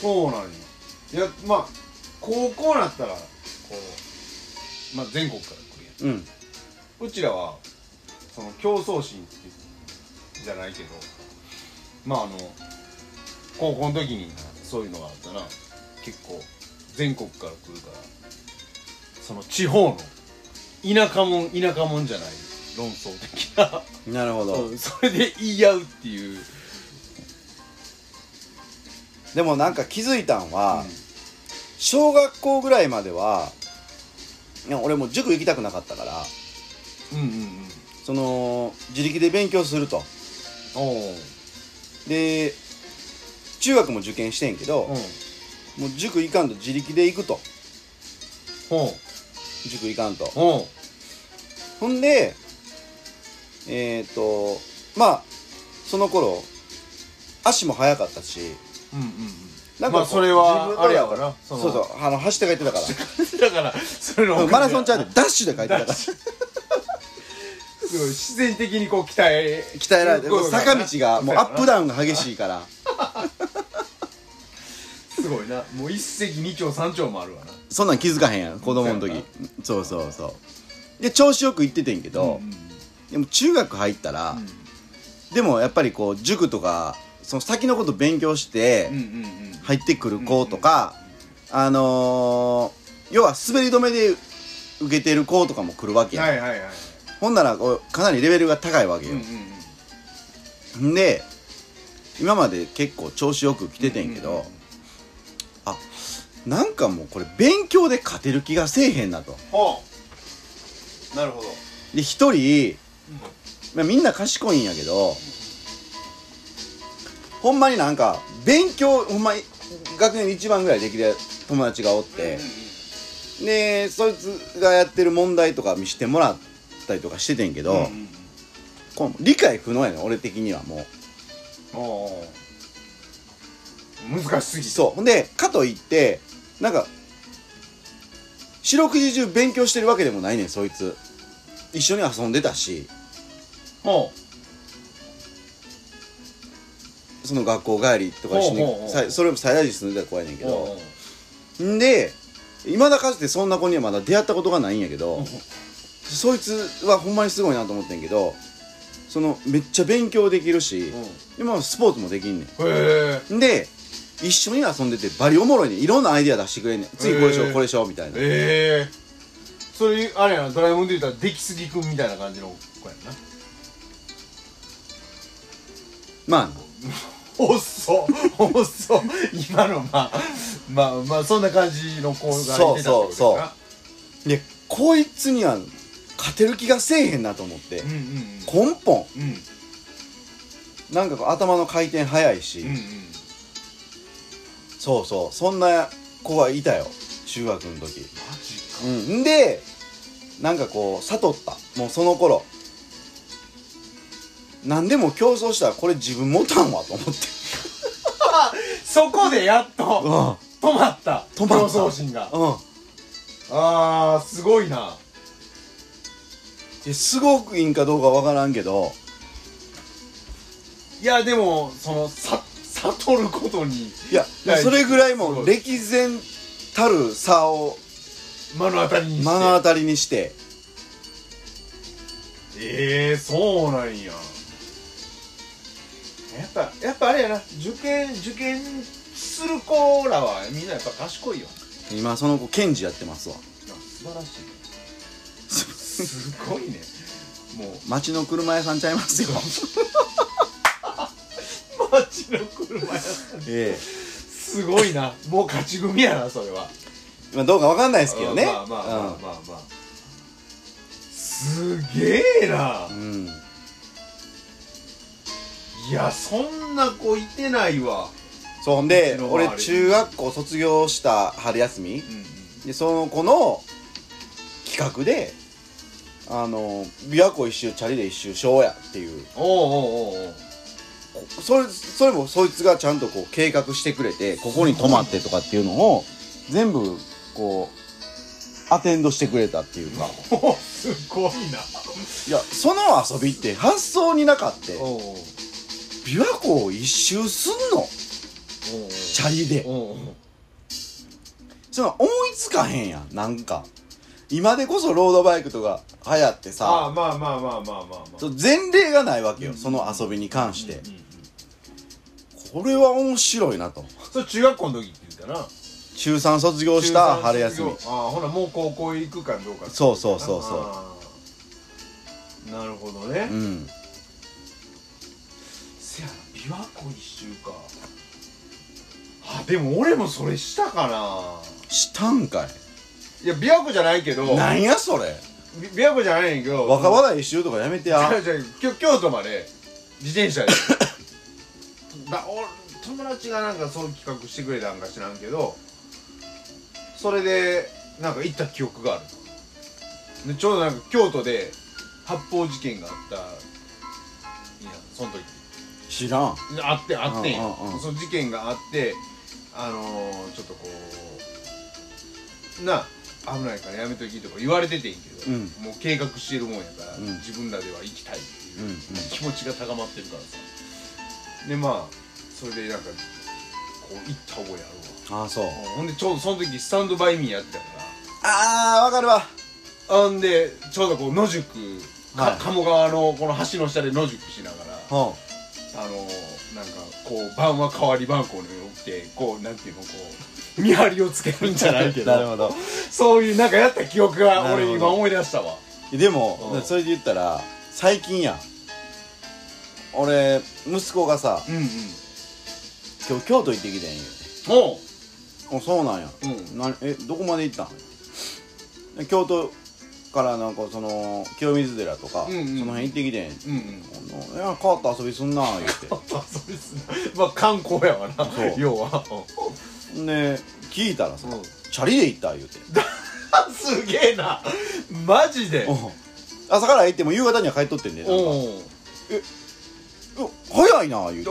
S2: そうなんやいやまあ高校なったらこうまあ全国から来るやん
S1: うん
S2: うちらはその競争心っていうじゃないけどまああの高校の時にそういうのがあったら結構全国から来るからその地方の田舎もん田舎もんじゃない論争的な
S1: なるほど、
S2: うんそれで言い合うっていう
S1: でもなんか気づいたんは、
S2: うん
S1: 小学校ぐらいまではいや俺もう塾行きたくなかったから
S2: うんうんうん
S1: その自力で勉強すると
S2: おう
S1: で中学も受験してんけど、
S2: うん
S1: もう塾行かんと自力で行くと
S2: おう
S1: 塾行かんと
S2: おう
S1: ほんでえっ、ー、とまあその頃足も速かったし
S2: うんうん
S1: な
S2: うんん
S1: かこ
S2: ま
S1: う
S2: あそれ
S1: 自分
S2: は
S1: の
S2: あれやわな
S1: そう
S2: の
S1: そうあの走って帰ってた から
S2: だからそれの
S1: うんマラソンちゃ
S2: ん
S1: うでダッシュで帰ってたから
S2: すごい自然的にこう鍛え
S1: 鍛えられて
S2: そうそう
S1: 坂道がもう
S2: そうや
S1: ア
S2: な
S1: ップダウンが激しいから
S2: すごいなもう一石二鳥三鳥もあるわな
S1: そんなん気づかへんやん子供の
S2: そうや
S1: 時そうそうそうで調子よく行っててんけど、でも中学入ったら、でもやっぱりこう塾とかその先のこと勉強して
S2: うんうんうん
S1: 入ってくる子とか、あのー、要は滑り止めで受けてる子とかも来るわけや、
S2: はいはいはい
S1: ほんならこうかなりレベルが高いわけ
S2: うん
S1: よ
S2: うん、
S1: んで今まで結構調子よく来
S2: 出
S1: ててんけど、なんかもうこれ勉強で勝てる気がせえへんなと
S2: ほうなるほど
S1: で一人、まあ、みんな賢いんやけど、ほんまになんか勉強ほんまに学年一番ぐらいできる友達がおって、
S2: う
S1: でそいつがやってる問題とか見してもらったりとかしててんけど、
S2: うん
S1: こう理解不能やねん俺的にはもう
S2: おー難しすぎ
S1: そうほんでかといってなんか四六時中勉強してるわけでもないねんそいつ一緒に遊んでたし
S2: ほ
S1: その学校帰りとかしに
S2: ほうほうほう
S1: さいそれも最大時住んでた子やねん
S2: う
S1: けどんでいまだかつてそんな子にはまだ出会ったことがないんやけど
S2: うん
S1: そいつはほんまにすごいなと思ってんけどそのめっちゃ勉強できるし
S2: うん
S1: 今スポーツもできんねん
S2: へ
S1: で一緒に遊んでてバリおもろいねんいろんなアイデア出してくれんねん次これしよ
S2: へ
S1: う
S2: え
S1: これしようみたいな
S2: ええそれあれやなドラえもんで言ったら出来すぎくんみたいな感じの子やな
S1: まあ
S2: おっそおっそ今のまあまあまあそんな感じの子がいてたってことですか
S1: そうそうそうでこいつには勝てる気がせえへんなと思って
S2: うんうん
S1: 根本
S2: うんうん
S1: なんかこう頭の回転早いし、
S2: うんうん
S1: そうそうそんな子がいたよ中学の時、
S2: マジか
S1: うん、んでなんかこう悟ったもうその頃何でも競争したらこれ自分持たんわと思って、
S2: そこでやっ
S1: う
S2: と
S1: ん
S2: 止まった
S1: 止まった
S2: 競争心が
S1: うん、
S2: あーすごいな
S1: ですごくいいんかどうかわからんけど
S2: いやでもそのさ悟ることに
S1: いや
S2: いや
S1: それぐらい
S2: す
S1: も
S2: ご
S1: う
S2: い
S1: 歴然たる差を
S2: 目の当たりにして
S1: 目の当たりにして
S2: ええー、そうなんややっぱやっぱあれやな受験受験する子らはみんなやっぱ賢いよ
S1: 今その子検事やってますわ
S2: あ素晴らしいすごいねもう
S1: 町の車屋さんちゃいますよ
S2: 街の車屋さん
S1: え
S2: すごいなもう勝ち組やなそれは
S1: えまあどうかわかんないですけどね
S2: まあまあまあまあまあ、すげえな
S1: うん、うん
S2: いやそんな子いてないわ
S1: そうほんで
S2: うちの周り
S1: 俺中学校卒業した春休み
S2: うんうん
S1: でその子の企画であの琵琶湖一周チャリで一周しようやっていう
S2: おうおうおうおう
S1: こそれそれもそいつがちゃんとこう計画してくれてここに泊まってとかっていうのを全部こうアテンドしてくれたっていうか
S2: おすごいない
S1: やその遊びって発想になかって
S2: おうおう
S1: 琵琶湖を一周すんの
S2: おうおう
S1: チャリで
S2: おうおう
S1: その思いつかへんやんなんか今でこそロードバイクとか流行って
S2: あ
S1: さ
S2: あまあまあまあまあまあまあ
S1: そう前例がないわけよ、
S2: うん
S1: その遊びに関して、
S2: うんうんうん
S1: これは面白いなと
S2: それ中学校の時って言うたな
S1: 中3卒業した春休み
S2: 中三卒業ああほなもう高校へ行くかどうか
S1: そうそうそうそ
S2: ああなるほどね、
S1: ううん
S2: せやな琵琶湖一周かあでも俺もそれしたかな
S1: したんか
S2: いや琵琶湖じゃないけど
S1: いなんやそれ
S2: び琵琶湖じゃないねんけど
S1: 若葉台一周とかやめてや
S2: じゃあ京京都まで自転車で だお友達がなんかそういう企画してくれたんか知らんけどそれでなんか行った記憶があるでちょうどなんか京都で発砲事件があったいやその時
S1: 知らん
S2: あってあってんや
S1: うんうんうん
S2: その事件があってあのー、ちょっとこうなあ危ないからやめときとか言われててんけど、
S1: うん
S2: もう計画してるもんやから、
S1: うん
S2: 自分らでは行きたいっていううん
S1: うん
S2: 気持ちが高まってるからさでまあそれでなんかこう行った覚えあ
S1: ああそう
S2: るわほんでちょうどその時スタンドバイミーやってたか
S1: ああわかるわ
S2: らあんでちょうどこう野宿、か
S1: はい
S2: 鴨川のこの橋の下で野宿しながら
S1: うん
S2: あのなんかこう晩は変わり晩行のように起きてこうなんていうのこう見張りをつけるんじゃないけど
S1: なるほど
S2: そういうなんかやった記憶
S1: なる
S2: が
S1: ほど
S2: 俺今思い出したわ
S1: でも
S2: う
S1: だ
S2: ん
S1: からそれで言ったら最近やん俺息子がさ
S2: うんうん
S1: 今日京都行ってきてんよ
S2: も
S1: あそうなんや
S2: ううん
S1: なえどこまで行ったんで京都からなんかその清水寺とか、
S2: うんうん
S1: その辺行ってきてん
S2: うんうん
S1: あのいや変わった遊びすんな言
S2: あ
S1: う
S2: ったそうですねまあ観光やわな
S1: そう
S2: 要は
S1: てで聞いたらさ、
S2: うん
S1: チャリで行った言うて
S2: すげえなマジで
S1: うん朝から行っても夕方には帰っとってんで、なんか
S2: おう
S1: うわ早いな言うて、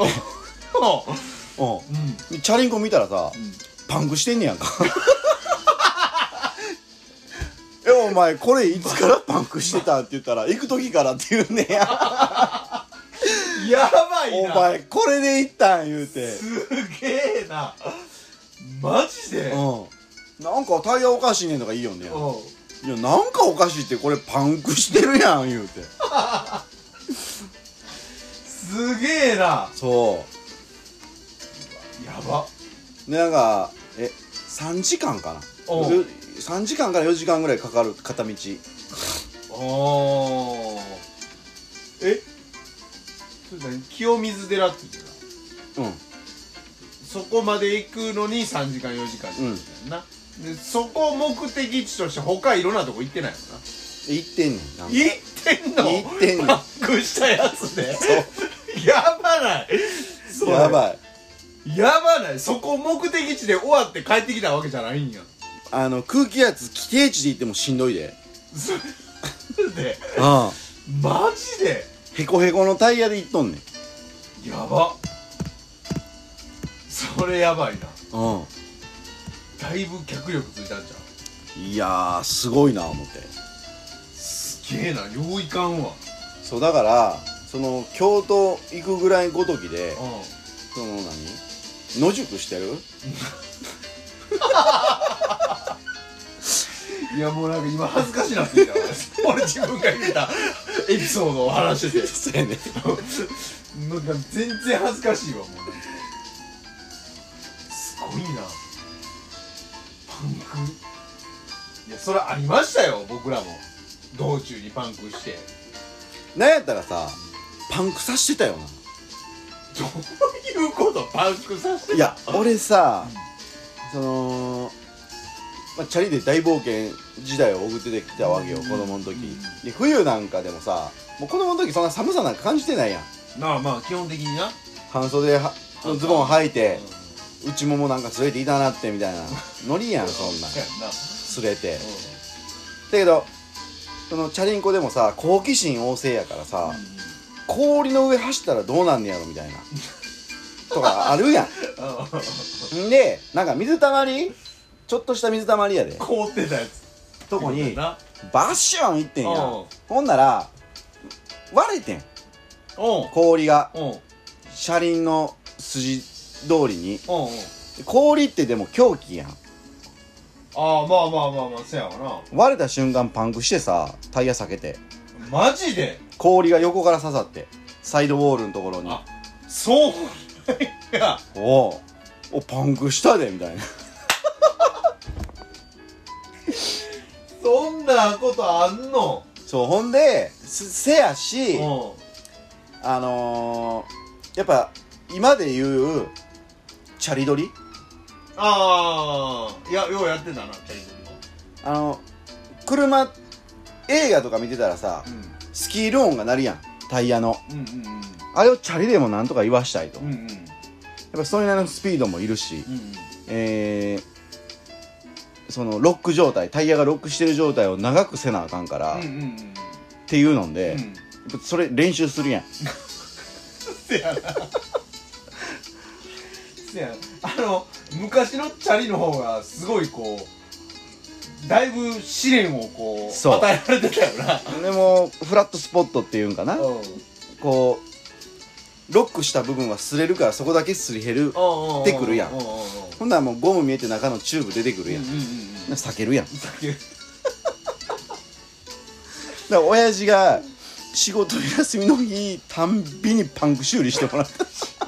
S2: お
S1: う
S2: ううん
S1: ん、チャリンコ見たらさ、
S2: ん
S1: パンクしてんねやんか えお前これいつからパンクしてたって言ったら行く時からって言う ねや
S2: やばい
S1: お
S2: な
S1: 前これで行ったん言うて
S2: すげえなマジで
S1: うんなんかタイヤおかしいねんとか言いよんねや
S2: おう
S1: いやなんかおかしいってこれパンクしてるやん言うて
S2: すげえな
S1: そ
S2: やば
S1: うでなんかえ3時間かな
S2: おう
S1: よ3時間から4時間ぐらいかかる片道
S2: おーえそれ何清水寺って言うな
S1: うん
S2: そこまで行くのに3時間4時間って言うんだよな、でそこを目的地として他いろんなとこ行ってないよな
S1: 行ってんねんなんか
S2: 行ってんの
S1: 行ってんの
S2: パックしたやつで やばないそれ
S1: やばい
S2: やばないそこ目的地で終わって帰ってきたわけじゃないんや
S1: あの空気圧規定値で行ってもしんどいで
S2: それで
S1: ああ
S2: マジで
S1: へこへこのタイヤで行っとんねん
S2: やばそれやばいな
S1: う
S2: だいぶ脚力ついたんじゃん
S1: んいやーすごいな思って
S2: すげえなよういかんわ
S1: そうだからその京都行くぐらいごときで
S2: う
S1: その何野宿してる
S2: んいやもうなんか今恥ずかしなってきたわ俺自分が言ったエピソードを話 してて
S1: そうやね
S2: なんか全然恥ずかしいわもうなんかすごいなパンクいやそれありましたよ僕らも道中にパンクして
S1: なんやったらさパンクさしてたよな
S2: どういうことパンクさせて
S1: いや俺さ、その、まあ、チャリで大冒険時代を送ってきたわけよ、子供の時、で冬なんかでもさもう子供の時そんな寒さなんか感じてないやん
S2: まあまあ基本的にな
S1: 半袖はのズボン履いて、内ももなんかずれていたなってみたいなノリやんそんなん
S2: そうやんな
S1: すれてだけどそのチャリンコでもさ好奇心旺盛やからさ、氷の上走ったらどうなんねやろみたいなとかあるやん
S2: うん
S1: んでなんか水たまりちょっとした水たまりやで
S2: 凍ってたやつ
S1: とこに
S2: な
S1: バッシュンいってんや
S2: うん
S1: ほんなら割れてん
S2: おう
S1: 氷が
S2: おう
S1: 車輪の筋通りに
S2: おうおう
S1: 氷ってでも凶器やん
S2: ああまあまあまあまあせやわ
S1: 割れた瞬間パンクしてさタイヤ避けて
S2: なマジで
S1: 氷が横から刺さってサイドウォールのところに
S2: あそうなんや
S1: おうおパンクしたでみたいな
S2: そんなことあんの
S1: そうほんですせやし
S2: うん
S1: あのー、やっぱ今で言うチャリ取り
S2: ああいやようやってたなチャリ乗
S1: あの車映画とか見てたらさスキール音が鳴るやんタイヤの
S2: りうんうん
S1: あれをチャリでもなんとか言わしたいと、
S2: うんう
S1: やっ
S2: んうん
S1: ぱそれなりのスピードもいるし、
S2: うん
S1: えー、そのロック状態タイヤがロックしてる状態を長くせなあかんから、
S2: うんう
S1: っ
S2: んうん
S1: ていうので、
S2: う
S1: や
S2: ん
S1: っぱそれ練習するやん
S2: せやなせやなあの昔のチャリの方がすごいこうだいぶ試練をこう
S1: そう
S2: 与えられてたよな
S1: でもフラットスポットっていうんかな、
S2: うんうん
S1: こうロックした部分は擦れるからそこだけすり減る
S2: うんうん
S1: 出てくるやん
S2: うんうんうん
S1: ほんならもうゴム見えて中のチューブ出てくるやん、
S2: うんうんうん
S1: 避けるやんだか
S2: 酒
S1: ら親父が仕事休みの日たんびにパンク修理してもらった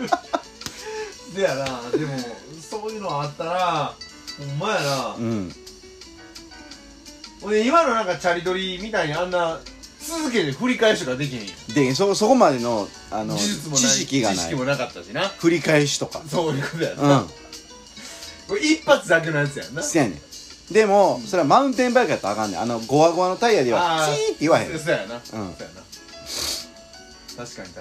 S2: でやなでもそういうのあったらほんまやな、
S1: うん
S2: 俺今のなんかチャリ取りみたいにあんな続けて振り返しとかできへんよ
S1: でそそこまでのあの
S2: 技術もない
S1: 知識が
S2: 知
S1: ない
S2: 識もなかったしな
S1: 繰り返しとか
S2: そういうことやな、
S1: うん
S2: これ一発だけのやつやんな
S1: せやねんでも、それはマウンテンバイクやったらあかんねんあのゴワゴワのタイヤでは
S2: あー
S1: チーって言わへん
S2: そうやな、そうやな確かに確かにい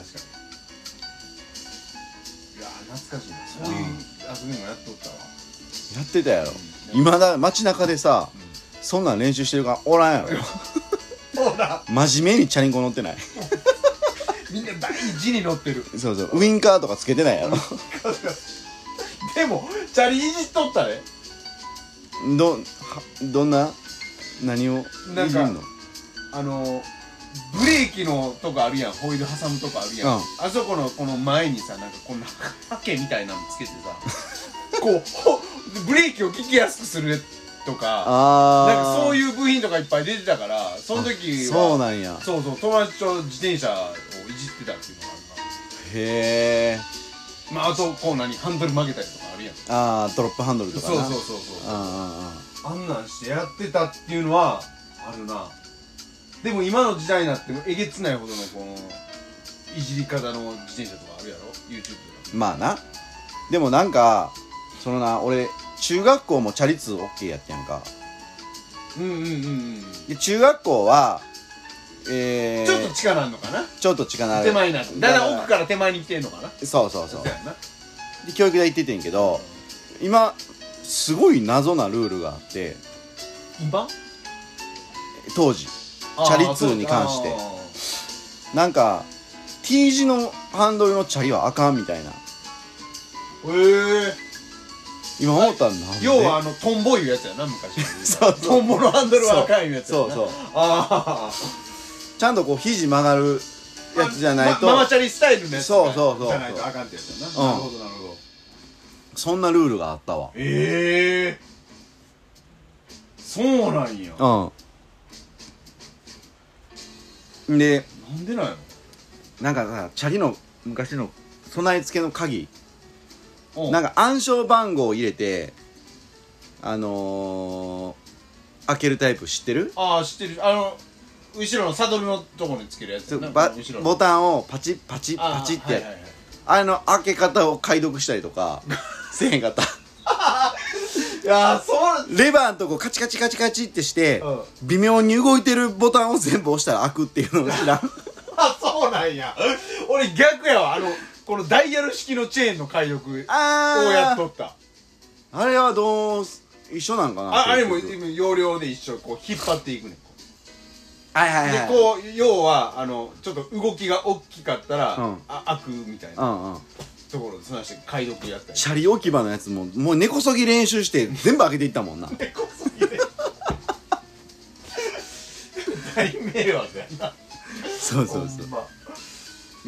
S2: やー懐かしいなそういう遊びもやっとったわ
S1: やってたやろ今だ街中でさ、そんなん練習してるからおらんやろ
S3: ほら
S1: 真面目にチャリンコ乗ってない
S3: みんな大事に乗ってる
S1: そうそうウインカーとかつけてないやろ
S2: でもチャリいじっとったね
S1: どはどんな何を
S2: なんか
S1: いじんの
S2: あのブレーキのとこあるやんホイール挟むとこあるやん、
S1: うん
S2: あそこのこの前にさなんかこんなハケみたいなのつ けてさこうほブレーキを効きやすくするとか
S1: ああ
S2: なんかそう
S1: う
S2: いう部品とかいっぱい出てたからその時は
S1: そうなんや
S2: そうそう友達と自転車をいじってたっていうのがあ
S1: へえ
S2: るなまああとこう何ハンドル曲げたりとかあるやん
S1: ああドロップハンドル
S2: そ
S1: と
S2: う
S1: か
S2: そう
S1: な
S2: そう
S1: う
S2: そう
S1: あーあ
S2: あんなんしてやってたっていうのはあるなでも今の時代になってもえげつないほどのこのいじり方の自転車とかあるやろ YouTube とか
S1: ーまあなでもなんかそのな俺中学校もチャリ通 OK やってやんか
S2: うんうんうんうん
S1: で中学校はえー、
S2: ちょっと力あんのかな
S1: ちょっと近な
S2: 手前になってだんだん奥
S1: か
S2: から手前に来てんのかな
S1: らそうそうそう
S2: やな
S1: で教育大行っててんけど今すごい謎なルールがあって
S2: 今
S1: 当時チャリ通に関して
S2: て
S1: なんか T 字のハンドルのチャリはあかんみたいな
S2: へえ
S1: 今思ったらなんで
S2: 要はあのトンボいうやつやな昔
S1: そうそう
S2: トンボのハンドルは赤いやつやな
S1: そうそう
S2: ああ
S1: ちゃんとこう肘曲がるやつじゃないと、
S2: まママチャリスタイルのやつ
S1: そうそうそう
S2: じゃないとあかんってやつやな、
S1: うん
S2: なるほどなるほど
S1: そんなルールがあったわ
S2: ええそうなんや
S1: うんで
S2: なんでなんや
S1: なんかさチャリの昔の備え付けの鍵
S2: ろ
S1: なん
S2: か
S1: か暗証番号を入れてあのー、開けるタイプ知ってる
S2: ああ知ってるあの後ろのサドルのとこにつけるやつやな
S1: ば
S2: 後ろの
S1: ボタンをパチッパチッ
S2: あー
S1: パチッって
S2: はいはいはい
S1: あの開け方を解読したりと かせえへんかった
S2: いやーそう
S1: レバーのとこカチカチカチカチってして、
S2: う
S1: 微妙に動いてるボタンを全部押したら開くっていうのを知 らん
S2: あそうなんや 俺逆やわあのこのダイヤル式のチェーンの解読をや
S1: あ
S2: っ
S1: ー
S2: とった
S1: あれはどうす一緒なんかな
S2: ああれも
S1: 結局
S2: 今要領で一緒こう引っ張っていくねん
S1: はいはい
S2: で
S1: はい
S2: こう要はあのちょっと動きが大きかったら、
S1: うん
S2: あ開くみたいなん
S1: うん
S2: ところでそんなんして解読やったり
S1: チャリ置き場のやつももう根こそぎ練習して全部開けていったも んな
S2: こそぎで大迷惑やな
S1: そうそうそう
S2: ほんま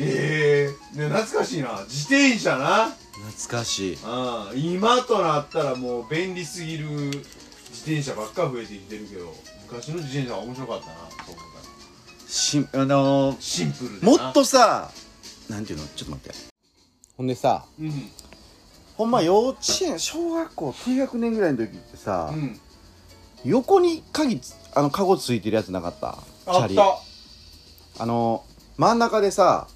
S2: ええね懐かしいな自転車な
S1: 懐かしい
S2: あ今となったらもう便利すぎる自転車ばっか増えてきてるけど昔の自転車は面白かったなそう思ったら
S1: しあのー
S2: シンプルで
S1: も
S2: な
S1: っとさなんていうのちょっと待ってほんでさ
S2: うん
S1: ほんま幼稚園小学校低学年ぐらいの時ってさ、
S2: うん
S1: 横に鍵つあのカゴついてるやつなかった
S2: あっ
S1: チャリ
S2: た
S1: あの真ん中でさ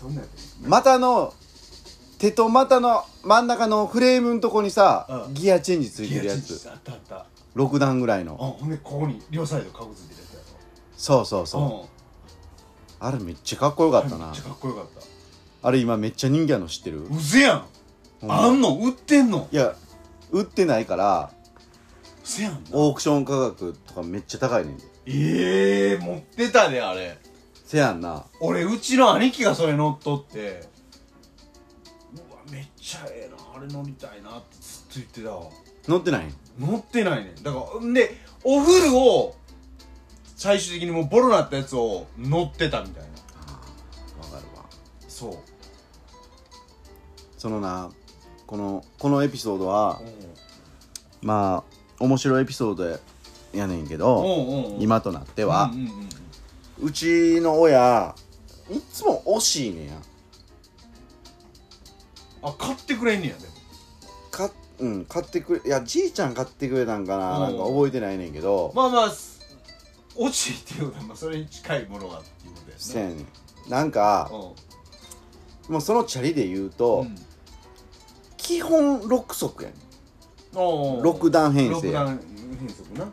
S2: どんなや
S1: 股の手と股の真ん中のフレームのとこにさ、
S2: うん
S1: ギアチェンジつ
S2: つ
S1: いてるやつ
S2: あったあったあ
S1: 6段ぐらいの
S2: ほんでここに両サイドかぶついてるやつやろ
S1: そうそうそう、
S2: ん
S1: あれめっちゃかっこよかった
S2: め
S1: な
S2: っちゃかっこよかった
S1: あれ今めっちゃ人気あるの知ってる
S2: うぜやん
S1: ほんま
S2: あんの売ってんの
S1: いや売ってないから
S2: せやんな
S1: オークション価格とかめっちゃ高いねんで
S2: ええ持ってたであれ
S1: せやんな
S2: 俺うちの兄貴がそれ乗っとってうわめっちゃええなあれ乗りたいなってずっと言ってたわ
S1: 乗ってないん
S2: 乗ってないねんだからんでおフルを最終的にもうボロなったやつを乗ってたみたいな
S1: わかるわ
S2: そう
S1: そのなこのこのエピソードは
S2: うん
S1: まあ面白いエピソードややねんけど
S2: うんうんうん
S1: 今となって
S2: で
S1: は
S2: うん、うんうんうん、
S1: うちの親いつも惜しいねんや
S2: あ買ってくれんねやでも
S1: かうん買ってくれいやじいちゃん買ってくれたんかな
S2: うん
S1: なんか覚えてないねんけど、
S2: まあまあす落ちっていうのはまあそれに近いものがっていうことや
S1: せや
S2: ね
S1: ねんなんかもうそのチャリで言うと、
S2: うん
S1: 基本6足やねん
S2: おう
S1: 六段編成
S2: 六段変則な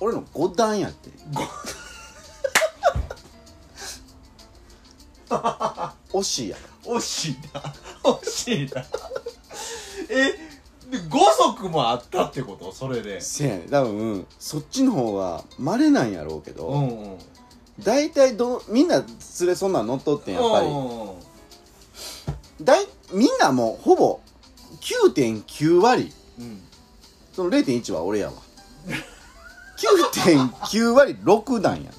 S1: 俺の5段やって
S2: ご
S1: 惜しいや
S2: 惜しいな惜しいなえで5足もあったってことそれで
S1: せやね多分そっちの方が稀なんやろうけ
S2: う
S1: ど
S2: んうん
S1: 大体、どみんな連れそんなん乗っとってんやっぱり
S2: うんうん
S1: だいみんなもうほぼ9.9割
S2: うん
S1: その0.1は 俺やわ9.9割6段やん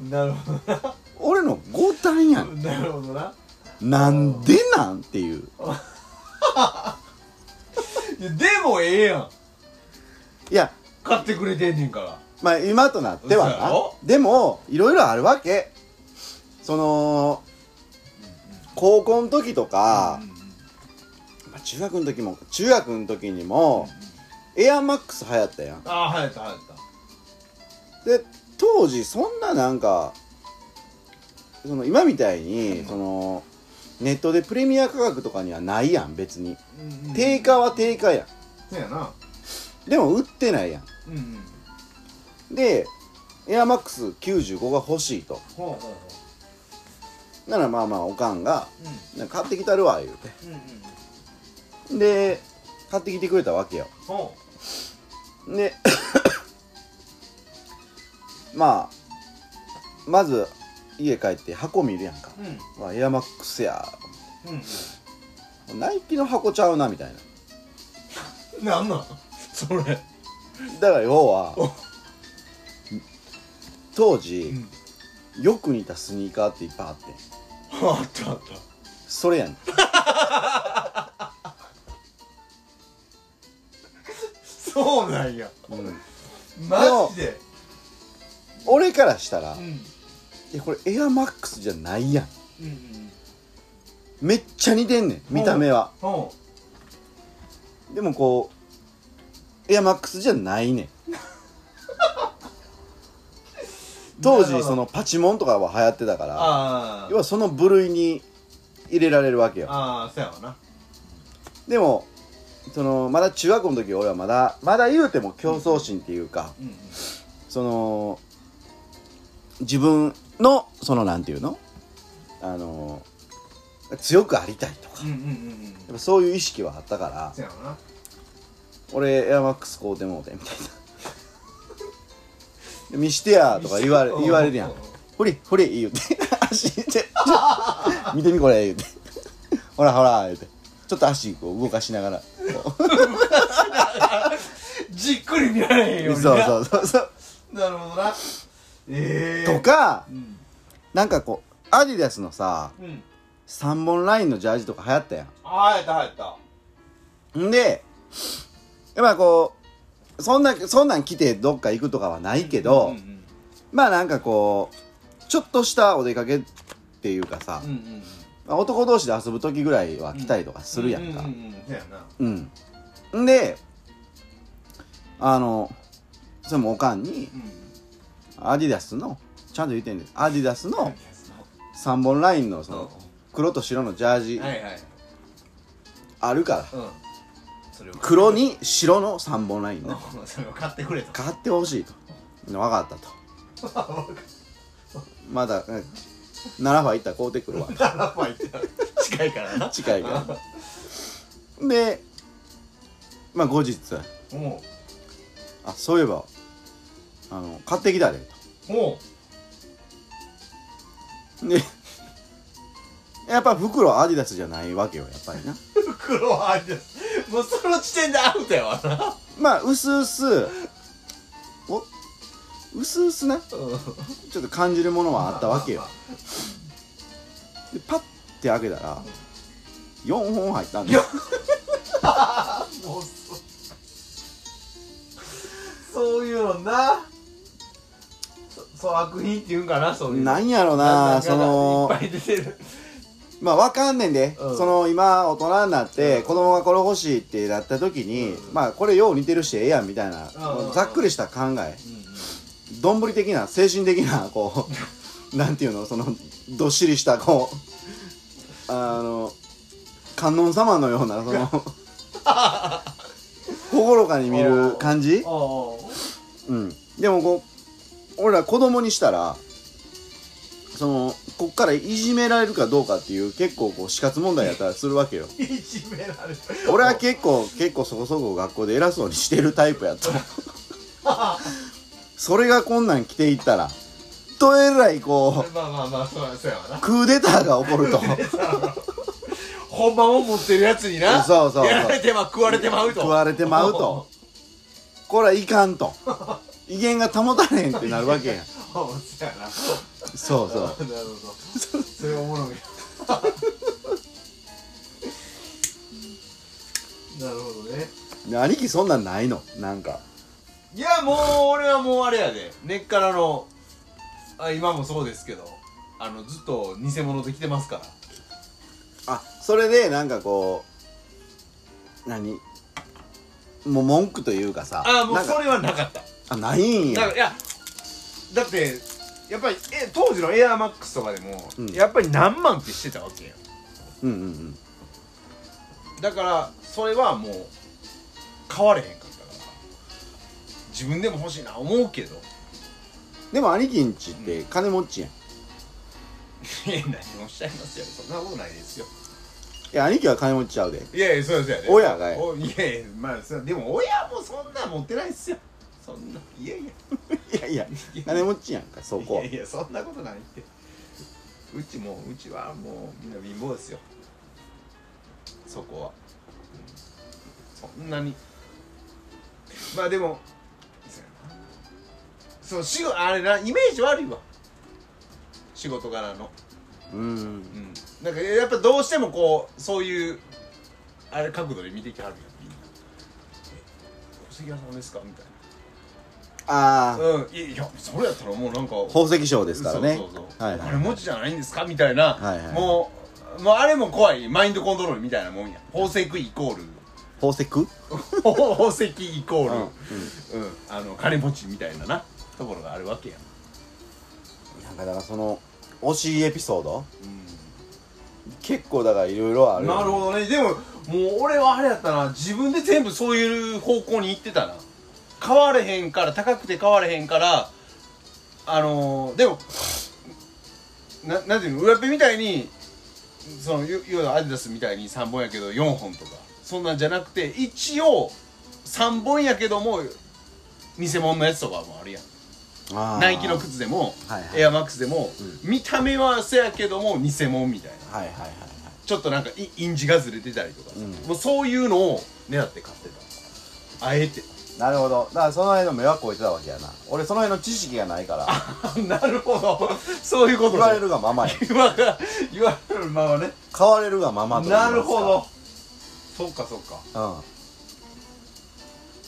S2: うんなるほどな
S1: 俺の5段やん
S2: なるほどな
S1: なんでなんっていう
S2: いやでもええやん
S1: いや
S2: 買ってくれてんねんから
S1: まあ今となっては
S2: 嘘やろ
S1: なでもいろいろあるわけその高校の時とか、まあ、中学の時も中学の時にも、エアマックス流行ったやん
S2: ああはやったはやった
S1: で当時そんななんかその今みたいに、そのネットでプレミア価格とかにはないやん別に定価は定価や
S3: そうやな。
S1: んでも売ってないや
S2: うんう
S1: ん
S2: ん
S1: でエアマックス95が欲しいと
S2: ほうほうほ
S1: ならまあまあおかんが
S2: ううん
S1: 「なんか買ってきたるわ」言う
S2: うんうん
S1: てで買ってきてくれたわけよ
S2: ほ
S1: で まあまず家帰って箱見るやんか
S2: ううん
S1: まあエアマックスや
S2: うん
S1: ナイキの箱ちゃうなみたいな
S2: うんなんなんそれ
S1: だから要は
S2: お
S1: 当
S2: う
S1: 時
S2: ん
S1: よく似たスニーカーっていっぱいあってん
S2: あったあった
S1: それやねん
S2: そうなんや
S1: うん
S2: マジで
S1: 俺からしたら
S2: うんうん
S1: いやこれエアマックスじゃないやん
S2: うんうん
S1: めっちゃ似てんねん見た目は
S2: ほ
S1: でもこうエアマックスじゃない ねん当
S2: なるほ
S1: 時
S2: ど
S1: そのパチモンとかは流行ってたから
S2: ああ
S1: 要はその部類に入れられるわけよ
S2: ああそうやわな
S1: でもそのまだ中学校の時俺はまだまだ言うても競争心っていうか、
S2: うんうん
S1: その自分のそのなんていうのあの強くありたいとか
S2: うんうんうんうん
S1: やっぱそういう意識はあったから
S3: そうやな。
S1: 俺エアマックス買うてもうてみたいな 見してやとか言われ言われるやんほれほれ言うて 足で見てみこれ言うて ほらほら言うてちょっと足こう動かしながら
S2: じっくり見られへん よ
S1: そう
S2: にな
S1: そうそうそう
S2: なるほどなええ
S1: とか
S2: うん
S1: なんかこうアディダスのさ
S2: うん
S1: 3本ラインのジャージとか流行ったやん
S2: ああやったはやった
S1: んでやっぱこうそんなそんなん来てどっか行くとかはないけど、
S2: うんうん
S1: まあなんかこうちょっとしたお出かけっていうかさ
S2: う、んうん
S1: まあ男同士で遊ぶ時ぐらいは来たりとかするやんか
S2: うううん
S3: そうやな。
S1: うん、んであのそれもおかんに
S2: うん
S1: アディダスのちゃんと言ってんねんアディダス
S2: うん
S1: の3本ラインのその
S2: は
S1: 黒と白のジャージ
S2: いはい
S1: あるから
S2: うんそれを
S1: 黒に白の3本ラインな
S2: うん それを買ってくれと
S1: 買ってほしいと分かったとまだうん7杯行ったら買うてくるわ
S2: ララファイって近いか らな
S1: 近いからでまあ後日
S2: も
S1: あそういえばあの買ってきたで
S2: うも
S1: とで やっぱ袋アディダスじゃないわけよやっぱりな
S2: う袋はありですもうその時点でアウトやわな
S1: まあうすうすおうすうすなちょっと感じるものはあったわけよでパッて開けたら4本入ったんだよ
S2: もうそそういうのなそそう悪品っていうんかなそういう
S1: なんやろ
S2: な
S1: なん
S2: か
S1: その
S2: いっぱい出てる
S1: まあわかんねんで、
S2: うん
S1: その今大人になって、
S2: うん
S1: 子供がこれ欲しいってなった時に、
S2: うん
S1: まあこれよう似てるしええやんみたいな、
S2: うん
S1: ざっくりした考え
S2: うんうん
S1: どんぶり的な精神的な こうなんていうのそのどっしりしたこうあの観音様のようなその朗らかに見る感じ
S2: ああ
S1: うんでもこう俺ら子供にしたらそのこっからいじめられるかどうかっていう結構こう死活問題やったらするわけよ
S3: いじめられる
S1: 俺は結構結構そこそこ学校で偉そうにしてるタイプや ったそれがこんなん着ていったらとえらいこう
S3: まあまあまあそうやそうやわな
S1: クーデターが起こると
S2: 本番を持ってるやつにな
S1: そうそうそう
S2: やられてま食われてまうと
S1: 食われてまうとこれはいかんと威厳が保たれへんってなるわけやん
S3: そうそうやな
S1: そうそう
S3: なるほどそれおもろいなるほどね
S1: で兄貴そんなんないのなんか
S2: いやもう俺はもうあれやで根っからのあ今もそうですけどあのずっと偽物で来てますから
S1: あそれでなんかこう何もう文句というかさ
S2: あもう
S1: なんか
S2: それはなかった
S1: あないん
S2: だか
S1: や
S2: らいやだってやっぱりえ当時のエアーマックスとかでも、
S1: うん
S2: やっぱり何万ってしてたわけや
S1: うんうんうん
S2: だからそれはもう買われへんかったから自分でも欲しいな思うけど
S1: でも兄貴んちって金持ちやん、
S2: いや何をおっしゃいますよそんなことないですよ
S1: いや兄貴は金持ちちゃうで
S2: いやいやそうですよね
S1: 親がや
S2: おいやいやまあそうでも親もそんな持ってないっすよそんないやいや
S1: いやいや金持ちやんかそこ
S2: いやいやそんなことないってうちもうちはもうみんな貧乏ですよそこは、うんそんなにまあでもそうやなそう仕事あれなイメージ悪いわ仕事柄の
S1: うん
S2: うんなんかやっぱどうしてもこうそういうあれ角度で見てきはるやんみんな「え宝石屋さんですか?」みたい
S1: ああ
S2: な「うんいやいやそれやったらもうなんか
S1: 宝石商ですからね
S2: そうそうそう
S1: はいはい
S2: お金持ちじゃないんですかみたいな、
S1: はいはい
S2: もうもうあれも怖いマインドコントロールみたいなもんや宝石イコール
S1: 宝石
S2: 宝石イコール、
S1: う
S2: うんんあの金持ちみたいななところがあるわけや、
S1: なんかだからその惜しいエピソード結構だからいろいろあるよね
S2: なるほどねでももう俺はあれやったな自分で全部そういう方向に行ってたな買われへんから高くて買われへんからあのー、でもななんていうの裏ペみたいにそのい要はアディダスみたいに3本やけど4本とかそんなんじゃなくて一応3本やけども偽物のやつとかもあるやん
S1: あー
S2: ナイキの靴でも、
S1: はいはい
S2: エアマックスでも、見た目はせやけども偽物みたいな
S1: はいはいはいはい
S2: ちょっとなんかイインジがずれてたりとかさ、
S1: うん
S2: もうそういうのを狙って買ってたあえて
S1: なるほどだからその辺の迷惑を置いてたわけやな俺その辺の知識がないから
S2: なるほどそういうこと
S1: 言われるがままや
S2: 言わ言われるままね
S1: 買われるがままと言います
S2: な
S1: か
S2: るほどそっかそっか
S1: うん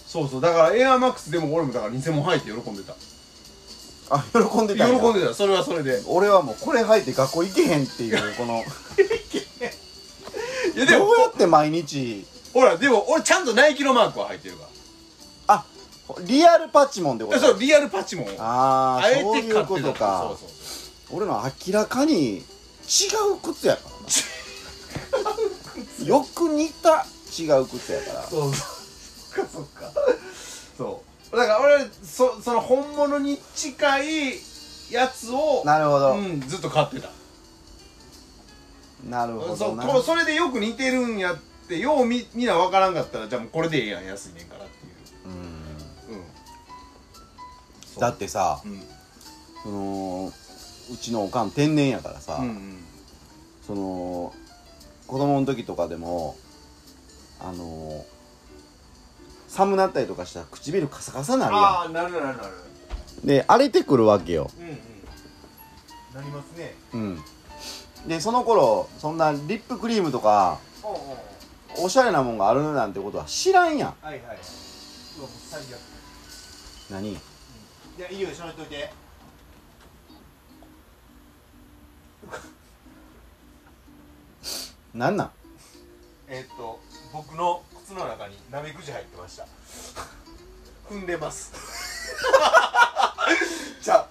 S2: そうそうだからエアマックスでも俺もだから偽物入って喜んでた
S1: あ喜んでたんや
S2: 喜んでたそれはそれで
S1: 俺はもうこれ履いて学校行けへんっていうこの
S2: いやで
S1: ど
S2: も
S1: うやって毎日
S2: ほらでも俺ちゃんとナイキのマークは入ってるか
S1: あリアルパチモンってこ
S2: ら
S1: と
S2: そうリアルパチモンを
S1: ああ
S2: あえて
S1: そう
S2: 買って
S1: い
S2: た
S1: うことか
S2: そうそうそう
S1: 俺の明らかに違う靴やからなよく似た違う靴やから
S2: そうそっかそっかそうだから俺そその本物に近いやつを
S1: なるほど、
S2: うん、ずっと買ってた
S1: なるほ
S2: そ
S1: ど
S2: う
S1: な
S2: こそれでよく似てるんやってようみみんな分からんかったらじゃあもうこれでええやん安いねんからってい
S1: うん
S2: ううんそう
S1: だってさ
S2: うん
S1: そのうちのおかん天然やからさ、
S2: うんうん
S1: その子供の時とかでもあの寒なったりとかしたら唇カサカサなるや
S3: ああなるなるなる
S1: んで荒れてくるわけよ
S3: うんうんなりますね
S1: うんでその頃そんなリップクリームとか
S3: おうおうおう
S1: おしゃれなもんがあるなんてことは知らんやん
S3: はいはいうわもう最悪
S1: 何
S3: いやいいよしゃべっといて
S1: なんなん
S3: えーっと僕の靴の中にナメクジ入ってました踏んでます じゃあ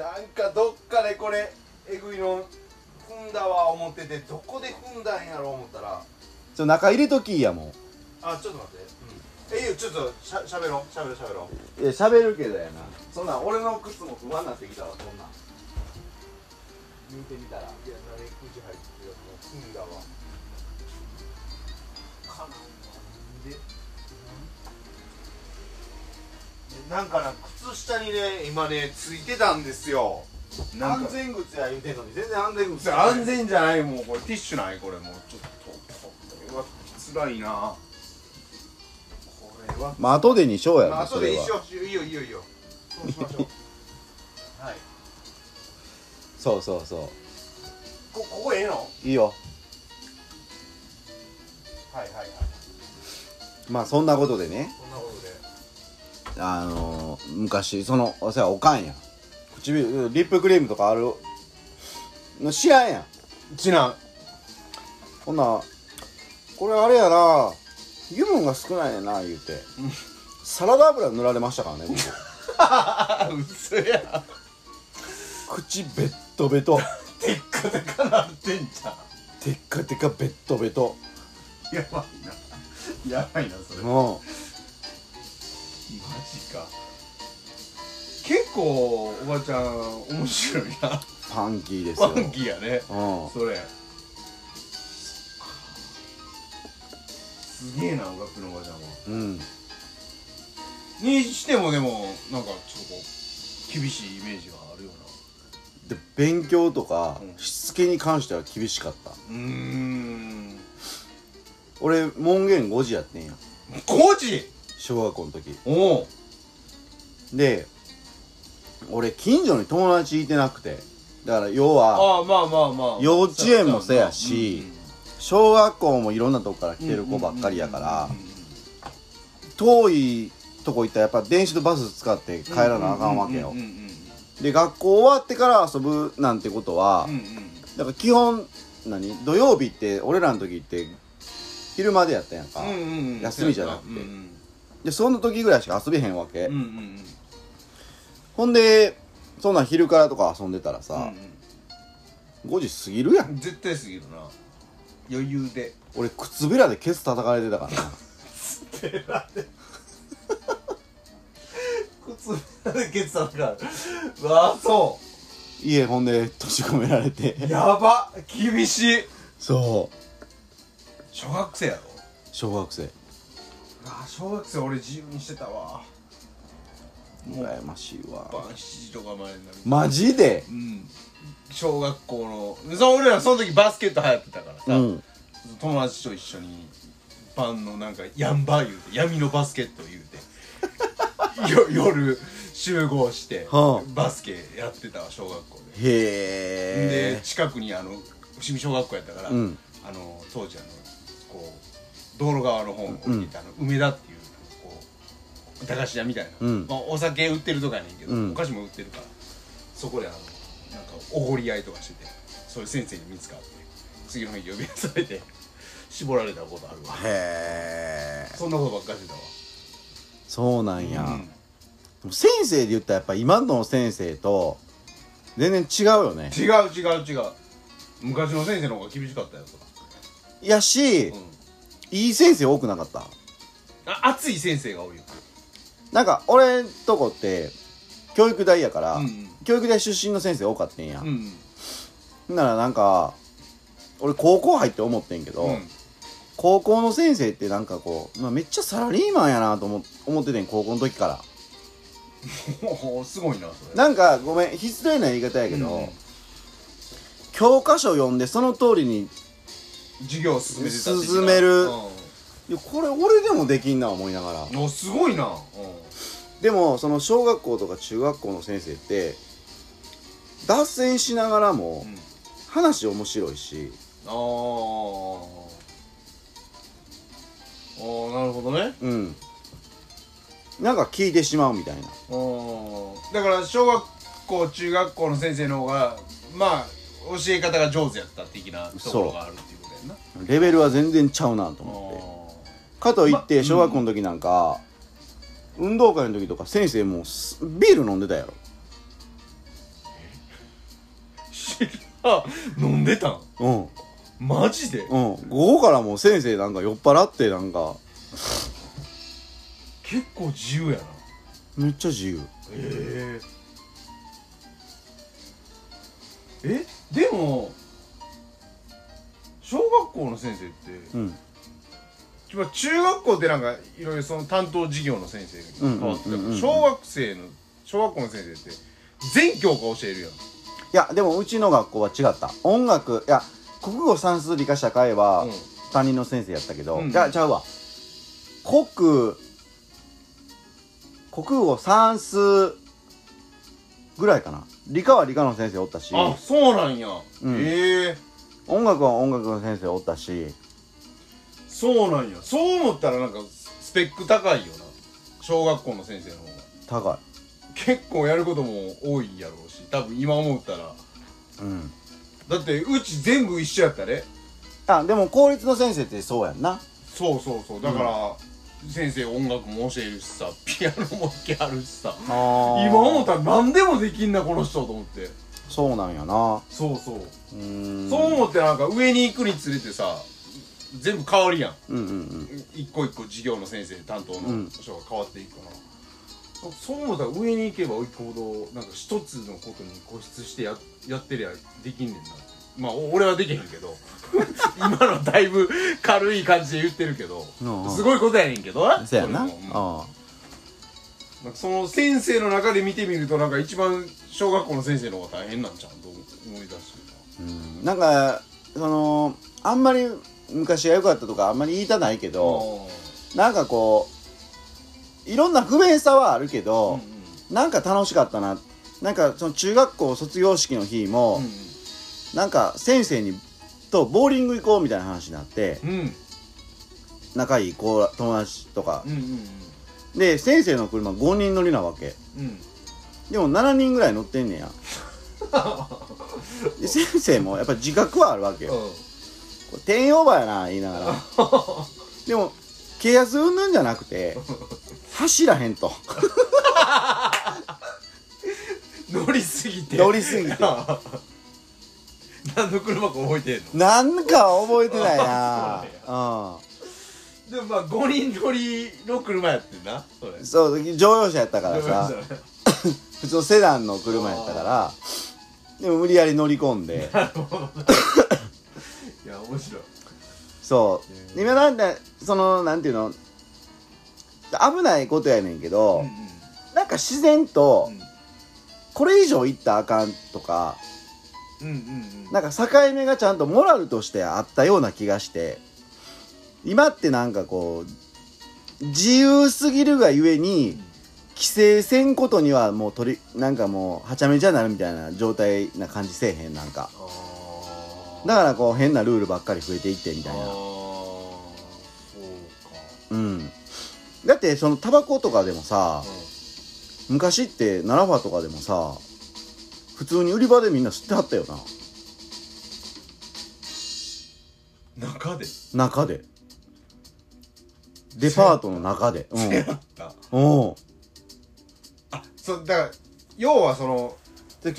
S3: なんかどっかでこれえぐいの踏んだわ思っててどこで踏んだんやろ思ったら
S1: ちょ中入れときやも
S3: あちょっと待って、うん、えいいよちょっとしゃしゃべろうしゃべろうしゃべろ
S1: ういや喋るけどやなそんなん俺の靴も不安になってきたわそんなん
S3: う言うてみたらいやナメクジ入ってるやつも踏んだわかなんなんでなんかな靴下にね今ねついてたんですよ
S2: なん
S3: 安
S2: か
S3: 全靴や言うてんのに全然安全靴じゃない
S2: 安全じゃないもうこれティッシュないこれもうちょっとこれは辛いな
S3: これは
S1: まあ後でにしようや
S3: まあ
S1: ろ
S3: 後
S1: そ
S3: で
S1: れ
S3: 一
S1: は
S3: 緒いいよいいよいいよそうしましょうはい
S1: そうそうそ
S3: こここええのはいう
S1: いいよ
S3: はいはい
S1: まあそんなことでね
S3: そんなことで
S1: あのー昔そのおせやおかんや唇リップクリームとかあるの知らんやん
S2: ちな
S1: ほんならこれあれやな油分が少ないやな言うてサラダ油塗られましたからね僕
S2: あ 嘘や
S1: 口ベットベト
S2: テッカテカなってんじゃん
S1: テッカテカベットベト
S2: やばいなやばいなそれマ
S1: も
S2: ジか結構おばちゃん面白いな
S1: うファンキーです
S2: フ
S1: よ
S2: ァンキーやね
S1: うん
S2: それすげえなおがくのおばちゃんは
S1: うん
S2: にしてもでもなんかちょっとこう厳しいイメージがあるよな
S1: で勉強とか
S2: うん
S1: しつけに関しては厳しかった
S2: うーん
S1: 俺門限5時やってんや
S2: 5時
S1: 小学校の時
S2: おお
S1: で俺近所に友達いてなくてだから要は
S2: ああまあまあまあ
S1: 幼稚園もせやし小学校もいろんなとこから来てる子ばっかりやから遠いとこ行ったらやっぱ電車とバス使って帰らなあかんわけよ
S2: うんうんうん
S1: で学校終わってから遊ぶなんてことは
S2: うんうん
S1: だから基本何土曜日って俺らの時って昼までやったやんか、
S2: うんうんうん
S1: 休みじゃなくて
S2: うんうん
S1: でその時ぐらいしか遊べへんわけ、
S2: うんうん
S1: ほんでそんなん昼からとか遊んでたら
S2: う
S1: さ、
S2: ん
S1: 5時過ぎるやん
S2: うん絶対すぎるな余裕で
S1: 俺靴べらでケツ叩かれてた からな
S2: 靴でケツさんがうわあそ
S1: 家ほんで閉じ込められて
S2: うやば厳しい
S1: そう
S2: 小学生やろ
S1: 小学生
S2: ああ小学生俺自由にしてたわ
S1: 羨ましいわ
S2: 晩7時とかまでになる
S1: マジで
S2: うん小学校のその俺らその時バスケット流行ってたからさ、
S1: うん
S2: 友達と一緒にパンのなんかヤンバー言うて闇のバスケット言う てよ夜集合して、
S1: はあ
S2: バスケやってたわ小学校
S1: へ
S2: で、で
S1: え
S2: 近くにあの伏見小学校やったから、
S1: うん
S2: あの当時あのこう道路側の方に降りて、あの梅田っていうこう駄菓子屋みたいな、
S1: うん
S2: まあ、お酒売ってるとかやねんけど、
S1: うん
S2: お菓子も売ってるからそこであのなんかおごり合いとかしててそういう先生に見つかって次の日呼び出されて絞られたことあるわ
S1: へえ
S2: そんなことばっかりしてたわ
S1: そうなんや、
S2: うん
S1: でも先生で言ったらやっぱ今の先生と全然違うよね
S2: 違う違う違う昔の先生の方が厳しかったよとか、
S1: いやし、
S2: うん、
S1: いい先生多くなかった
S2: あ熱い先生が多いよ
S1: なんか俺んとこって教育大やから、
S2: うん
S1: 教育大出身の先生多かってんや、
S2: うんう
S1: ん、
S2: ん
S1: ならなんか俺高校入って思ってんけど、
S2: うん
S1: 高校の先生ってなんかこう、まあ、めっちゃサラリーマンやなと思思っててん高校の時から
S2: おおすごいなそれ
S1: なんかごめん失礼な言い方やけど、
S2: うん
S1: 教科書読んでその通りに
S2: 授業を進めてた時期が
S1: 進める
S2: うん
S1: いやこれ俺でもできんな思いながら
S2: おすごいな、うん、
S1: でもその小学校とか中学校の先生って脱線しながらも話面白いし
S2: あーあーなるほどね
S1: うんなんか聞いてしまうみたいな
S2: うんだから小学校中学校の先生の方がまあ教え方が上手やった的なところがあるっていうことやんな
S1: レベルは全然ちゃうなと思ってかといっ
S2: まう
S1: て
S2: ん
S1: 小学校の時なんか、運動会の時とか先生もうすビール飲んでたやろ
S2: あー飲んでたん
S1: うん
S2: マジで
S1: うん午後からもう先生なんか酔っ払ってなんか
S2: 結構自由やな
S1: めっちゃ自由
S2: えええでも小学校の先生って
S1: うん
S2: まあ中学校ってなんかいろいろその担当授業の先生が変わってたから
S1: うんうんうんうん
S2: 小学生の小学校の先生って全教科教えるやん
S1: いやでもうちの学校は違った音楽いや国語算数理科社会は
S2: うん
S1: 担任の先生やったけど、
S2: うん
S1: じゃあちゃうわ国国語算数ぐらいかな理科は理科の先生おったし
S2: あそうなんや、
S1: ん
S2: ええ
S1: 音楽は音楽の先生おったし
S2: そうなんやそう思ったらなんかスペック高いよな小学校の先生の方
S1: 高
S2: が結構やることも多いやろうし多分今思ったら
S1: いうん
S2: だってうち全部一緒やったね
S1: あでも公立の先生ってそうやんな
S2: そうそうそうだから、先生音楽も教えるしさピアノも弾きあるしさ
S1: 今
S2: 今思ったら何でもできんなこの人と思って
S1: そうなんやな
S2: そうそう、
S1: うーん
S2: そう思ってなんか上に行くにつれてさ全部変わるやん
S1: うんうんうん
S2: 一個一個授業の先生担当
S1: うん
S2: の人が変わっていくから、そう思ったら上に行けば行くほどなんか一つのことに固執してややってりゃできんねんなまあお俺はできへんけど 今のだいぶ軽い感じで言ってるけど、
S1: うんうん
S2: すごいことやねんけどな
S1: そうやな
S2: こ
S1: う
S2: れもうんな
S1: ん
S2: んかその先生の中で見てみるとなんか一番小学校の先生の方が大変なんちゃうんと思い出して
S1: うんなんかそのあんまり昔が良かったとかあんまり言いたないけ
S2: た
S1: ど、なんかこういろんな不便さはあるけ
S2: うんう
S1: ど
S2: ん、
S1: なんか楽しかったななんかその中学校卒業式の日も、なんか先生にとボーリング行こうみたいな話になって
S2: うんうん
S1: 仲いい子ら友達とか
S2: うんうん
S1: で先生の車5人乗りなわけ
S2: うんうん
S1: でも7人ぐらい乗ってんねやで先生もやっぱ自覚はあるわけよ
S2: うん
S1: これ転用場やな言いながらでも契約うんぬんじゃなく て走らへんと
S2: 乗りすぎて
S1: 乗りすぎて
S2: 何の車か覚えてんの
S1: なんか覚えてない
S2: あ
S1: な
S2: でもまあ5人乗りの車やってんなそれ
S1: うんそう乗用車やったからさ
S2: どういうことだ
S1: 普通のセダンの車やったからでも無理やり乗り込ん で
S2: いや面白い
S1: そう今なんでそのなんていうの危ないことやねんけど、
S2: うん
S1: なんか自然とこれ以上行ったらあかんとか
S2: うんうんうん
S1: なんか境目がちゃんとモラルとしてあったような気がして今ってなんかこう自由すぎるがゆえに規制せんことにはもう取りなんかもうはちゃめちゃになるみたいな状態な感じせえへんなんかだ
S2: ら
S1: からこう変なルールばっかり増えていってみ
S2: あ
S1: た
S2: ー
S1: いな
S2: そうか
S1: うんだってそのタバコとかでもさ昔って奈良ファとかでもさ普通に売り場でみんな吸ってはったよな
S2: うん中で
S1: 中でデパートの中でうん
S2: 出会った
S1: おう
S2: あそうだから要はその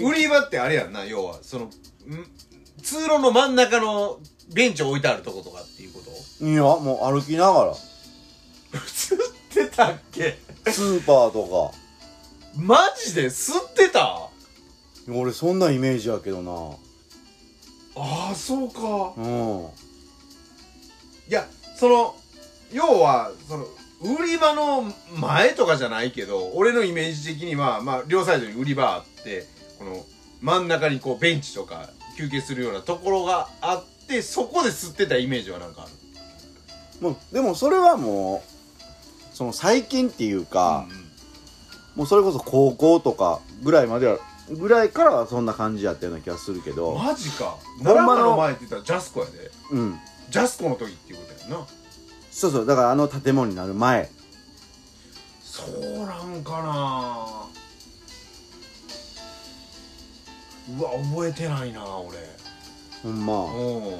S2: 売り場ってあれやんな要はそのん通路の真ん中のベンチ置いてあるとことかっていうこと
S1: いやもう歩きなが
S2: 吸ってたっけ
S1: らスーパーとか
S2: マジで吸ってた
S1: 俺そんなイメージやけどな
S2: ああそうか
S1: うん
S2: いやその要はその売り場の前とかじゃないけど俺のイメージ的には、まあ、両サイドに売り場あってこの真ん中にこうベンチとか休憩するようなところがあってそこで吸ってたイメージはなんかある
S1: もうでもそれはもうその最近っていうか
S2: う、ん
S1: もうそれこそ高校とかぐらいまではぐらいからはそんな感じやったような気がするけ
S2: うん
S1: ど
S2: マジか
S1: ほんまの
S2: 奈良間の前って言ったらジャスコやで
S1: うん
S2: ジャスコの時っていうことやんな
S1: そうそうだからあの建物になる前
S2: そうなんかなうわ覚えてないな俺
S1: ほんま
S2: うん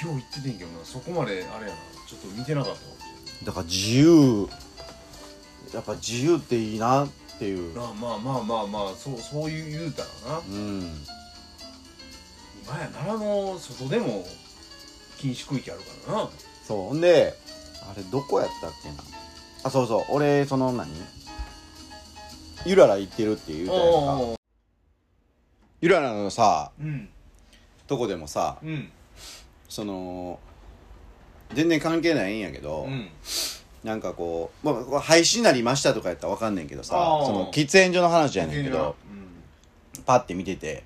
S2: 今日行っててんけどなそこまであれやなちょっと見てなかったかもし
S1: だから自由やっぱ自由っていいなっていう
S2: れないなまあまあまあまあそうそういう言うたらな
S1: うん
S2: 今や奈良の外でも禁止区域あるからな
S1: そうほんであれどこやったっけなあそうそう俺その何ゆらら行ってるって言うたやんか
S2: おー
S1: ゆららのさ
S2: うん
S1: とこでもさ
S2: うん
S1: その全然関係ないんやけど、
S2: うん
S1: なんかこう、まあ、廃止になりましたとかやったらわかんねんけどさ
S2: あー
S1: その喫煙所の話やねんけどパッて見てて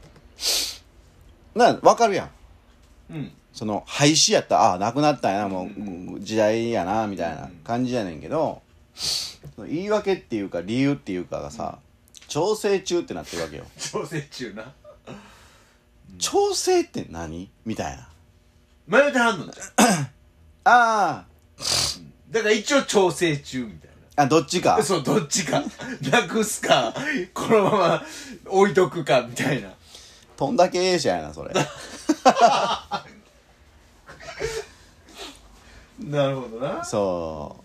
S1: なわかるやん
S2: うんうん
S1: その廃止やったらああなくなったんやなもう、時代やなみたいな感じやねんけど、その言い訳っていうか理由っていうかがさ、調整中ってなってるわけよ、
S2: 調整中な
S1: 調整って何みたいな
S2: 迷ってはんのじゃん
S1: あ
S2: だから一応調整中みたい
S1: ーあどっちか
S2: なそうどっちかなくすかこのまま置いとくかみたいな
S1: とんだ経営者やなそれ
S2: なるほどな
S1: そ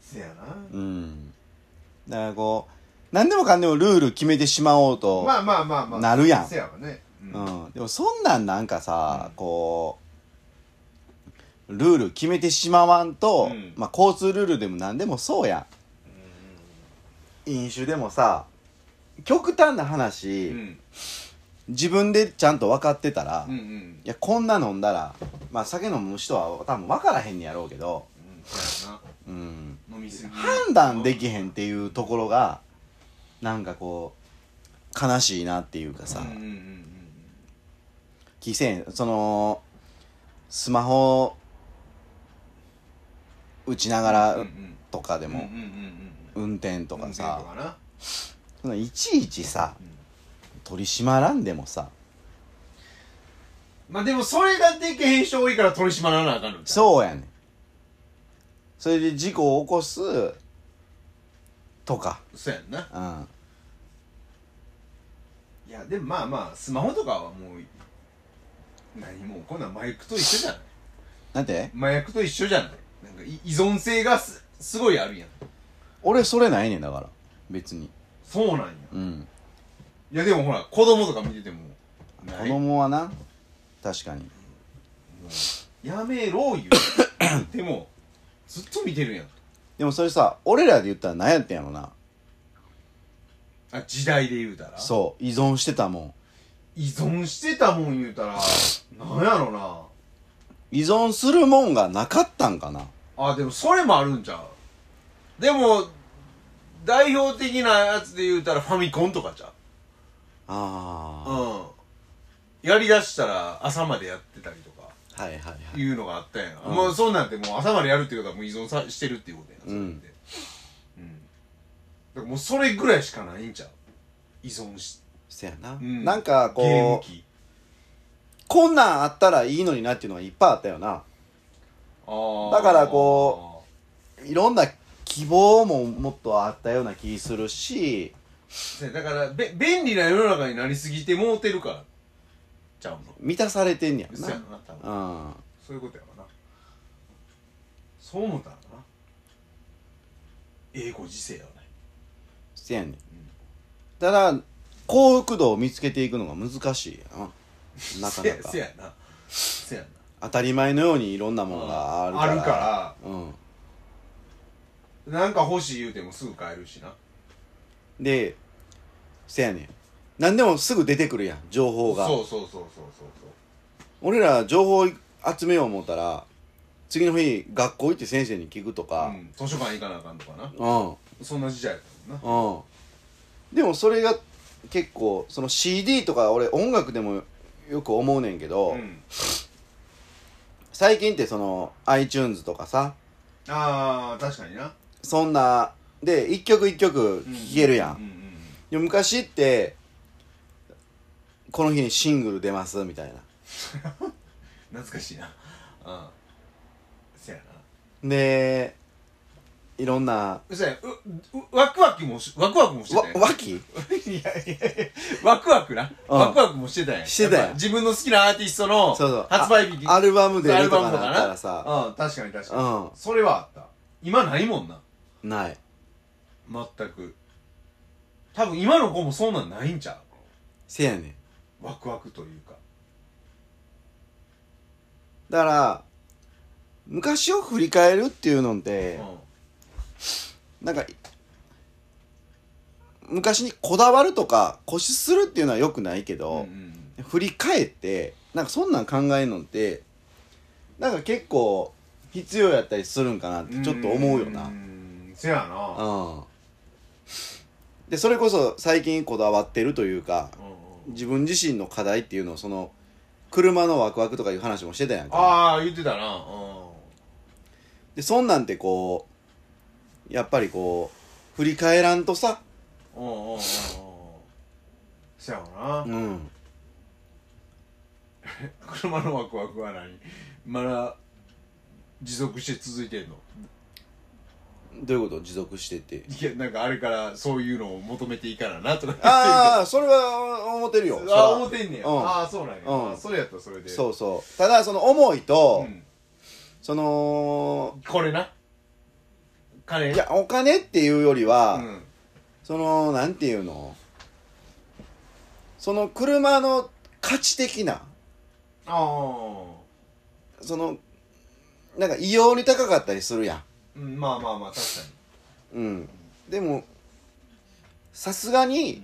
S2: せやな
S1: ううんだからこう何でもかんでもルール決めてしまおうと、
S3: まあまあまあまあ
S1: なるやん
S3: せやわねうん
S1: うん、でもそんなんなんかさ、こうルール決めてしまわんと、
S2: うん
S1: まあ、交通ルールでも何でもそうやん、飲酒でもさ極端な話、
S2: うん
S1: 自分でちゃんと分かってたら、
S2: うんう
S1: い
S2: ん
S1: やこんな飲んだら、まあ、酒飲む人は多分分からへんねやろうけど、
S2: うんせやな
S1: うん、
S2: 飲みすぎ
S1: 判断できへんっていうところがなんかこう悲しいなっていうかさ、
S2: うんうんうん
S1: 規制そのスマホ打ちなが
S2: うん
S1: ら
S2: うん
S1: とかで
S2: でうん
S1: も
S2: うんうん
S1: 運転と
S2: うん
S1: か
S2: 運転
S1: さ
S2: とかない
S1: そのいちいちさ
S2: うん
S1: 取り締まらんでもさ
S2: まあでもそれができへん人多いから取り締まらなあかんのちゃう
S1: そうやねんそれで事故を起こすとか
S2: そうやんな
S1: うん
S2: いやでもまあまあスマホとかはもう何もうこんなん麻薬と一緒じゃない
S1: なんて
S2: 麻薬と一緒じゃないなんかい依存性がすすごいあるやん
S1: 俺それないねんだから別に
S2: そうなんや
S1: うん
S2: いやでもほら子供とか見ててもない
S1: 子供はな確かに
S2: やめろ言う でもずっと見てるやん
S1: でもそれさ俺らで言ったら何やってんやろな
S2: あ時代で言うたら
S1: そう依存してたもん
S2: 依存してたもん言うたらなんやろな
S1: 依存するもんがなかったんかな
S2: あでもそれもあるんちゃうでも代表的なやつで言うたらファミコンとかじゃう
S1: あ
S2: うんやりだしたら朝までやってたりとか
S1: あはいはいはい
S2: いうのがあったやん、
S1: うん
S2: もうそうなんてもう朝までやるっていうことはもう依存さしてるっていうことやんそれってうん、だからもうそれぐらいしかないんちゃう依存し
S1: せやな、
S2: ん
S1: なんか
S2: ゲーム
S1: こう
S2: 機
S1: こんなんあったらいいのになっていうのがいっぱいあったよなだからこいろんな希望ももっとあったような気するし
S2: うだからべ便利な世の中になりすぎてもうてるからちゃうの
S1: 満たされてんねやろ
S2: 嘘やろな多分
S1: なうん
S2: そういうことやわなそう思ったらな英語時世やわね
S1: せやねんただ幸福度を見つけていくのが難しいよななかなか
S2: せやせやなせやな
S1: 当たり前のようにいろんなものがあるから、
S2: あるから
S1: うん、
S2: なんか欲しい言うてもすぐ買えるしな
S1: でせやねん何でもすぐ出てくるやん情
S2: そ
S1: 報
S2: う
S1: が
S2: そうそうそうそうそう
S1: 俺ら情報集めよう思ったら次の日学校行って先生に聞くと
S2: う
S1: か
S2: ん、図書館行かなあかんとかな
S1: うん
S2: そんな時代やったもんな
S1: うん、でもそれが結構その CD とか俺音楽でもよく思うねんけど、
S2: うん
S1: 最近ってその iTunes とかさ
S2: ああ確かにな
S1: そんなで一曲一曲聴けるやん、
S2: うんうん
S1: で昔ってこの日にシングル出ますみたいな
S2: うん懐かしいなうんせやな
S1: でいろんな
S2: うせやううワクワクもしワクワクもして
S1: わ
S2: たよ
S1: 和気
S2: いやいやいやワクワクな、
S1: うん
S2: ワクワクもしてたやん
S1: してたやん
S2: っぱ自分の好きなアーティストの
S1: そうそう
S2: 発売日
S1: あアルバム出
S2: ア
S1: る
S2: ル
S1: と
S2: バ
S1: か
S2: ムと
S1: な
S2: かな
S1: ったらさ
S2: うん確かに確かに、
S1: うん
S2: それはあった今ないもんな
S1: ない
S2: 全く多分今の子もそんなんないんちゃ
S1: せやねん
S2: うワクワクというか
S1: だから昔を振り返るっていうのって、
S2: うん
S1: なんか昔にこだわるとか固執するっていうのはよくないけ
S2: うんう
S1: ど、
S2: ん
S1: 振り返ってなんかそんなん考えるのってなんか結構必要やったりするんかなってちょっと思うよな。
S2: んせやな
S1: うん、でそれこそ最近こだわってるというか
S2: うんうん
S1: 自分自身の課題っていうのをその車のワクワクとかいう話もしてたやんか
S2: ああ言ってたなうん
S1: でそんなんてこうやっぱりこう振り返らんとさ、
S2: うんうんうんうんせやわな
S1: うん、
S2: 車のワクワクは何まだ持続して続いてんの
S1: どういうこと持続してっ て
S2: いやなんかあれからそういうのを求めていかななとか
S1: ああそれは思ってるよ
S2: 言っ
S1: そ
S2: てるけ
S1: ら
S2: どああ思ってんねや
S1: うん
S2: ああそうなんや
S1: うん
S2: あそれやったらそれで
S1: そうそうただその思いと、
S2: ん
S1: その
S2: これな金
S1: いやお金っていうよりは、
S2: うん
S1: そのなんていうのその車の価値的な
S2: ああ
S1: そのなんか異様に高かったりするや
S2: うんまあまあまあ確か
S1: んうんでもさすがに
S2: に、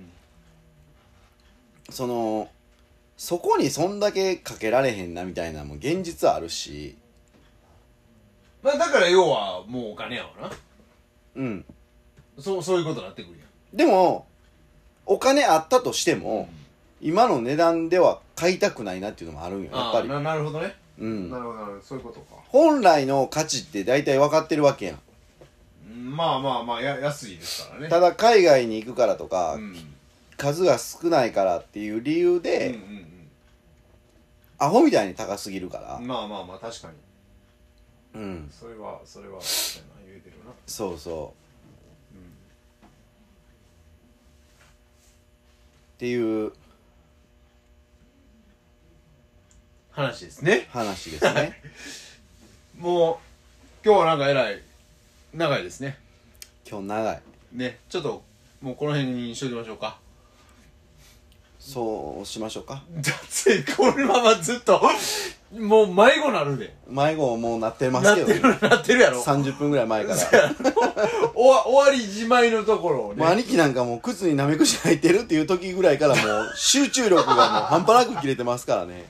S1: そのそこにそんだけかけられへんなみたいなのも現実あるし
S2: まあだから要はもうお金やわな
S1: うん
S2: そうそういうことになってくるやん
S1: でもお金あったとしても今の値段では買いたくないなっていうのもあるんよやっぱ
S2: あー
S1: り
S2: ななるほどね
S1: うん
S2: なるほどなるほどそういうことか
S1: 本来の価値って大体分かってるわけやん
S2: うんまあまあまあや安いですからね
S1: ただ海外に行くからとか、
S2: うん
S1: 数が少ないからっていう理由で、
S2: うんうん
S1: アホみたいに高すぎるか
S2: うんまあまあまあ確かに
S1: らうん
S2: それはそれは確かにな言えてるな
S1: そうそうっていう
S2: 話ですね
S1: 話です ね
S2: もう今日はなんかえらい長いですね
S1: 今日長い
S2: ねちょっともうこの辺にしときましょうか
S1: そうしましょうか
S2: だってこのままずっともう迷子なるで
S1: 迷子もうなってま
S2: な
S1: す
S2: っ
S1: け
S2: て
S1: ど、ね、
S2: る なってるやろ
S1: 30分ぐらい 前から
S2: 終わ終わりじまいのところを
S1: もう
S2: ね
S1: 兄貴なんかもう靴になめくじ履いてるっていう時ぐらいからもう集中力がもう半端なく切れてますからね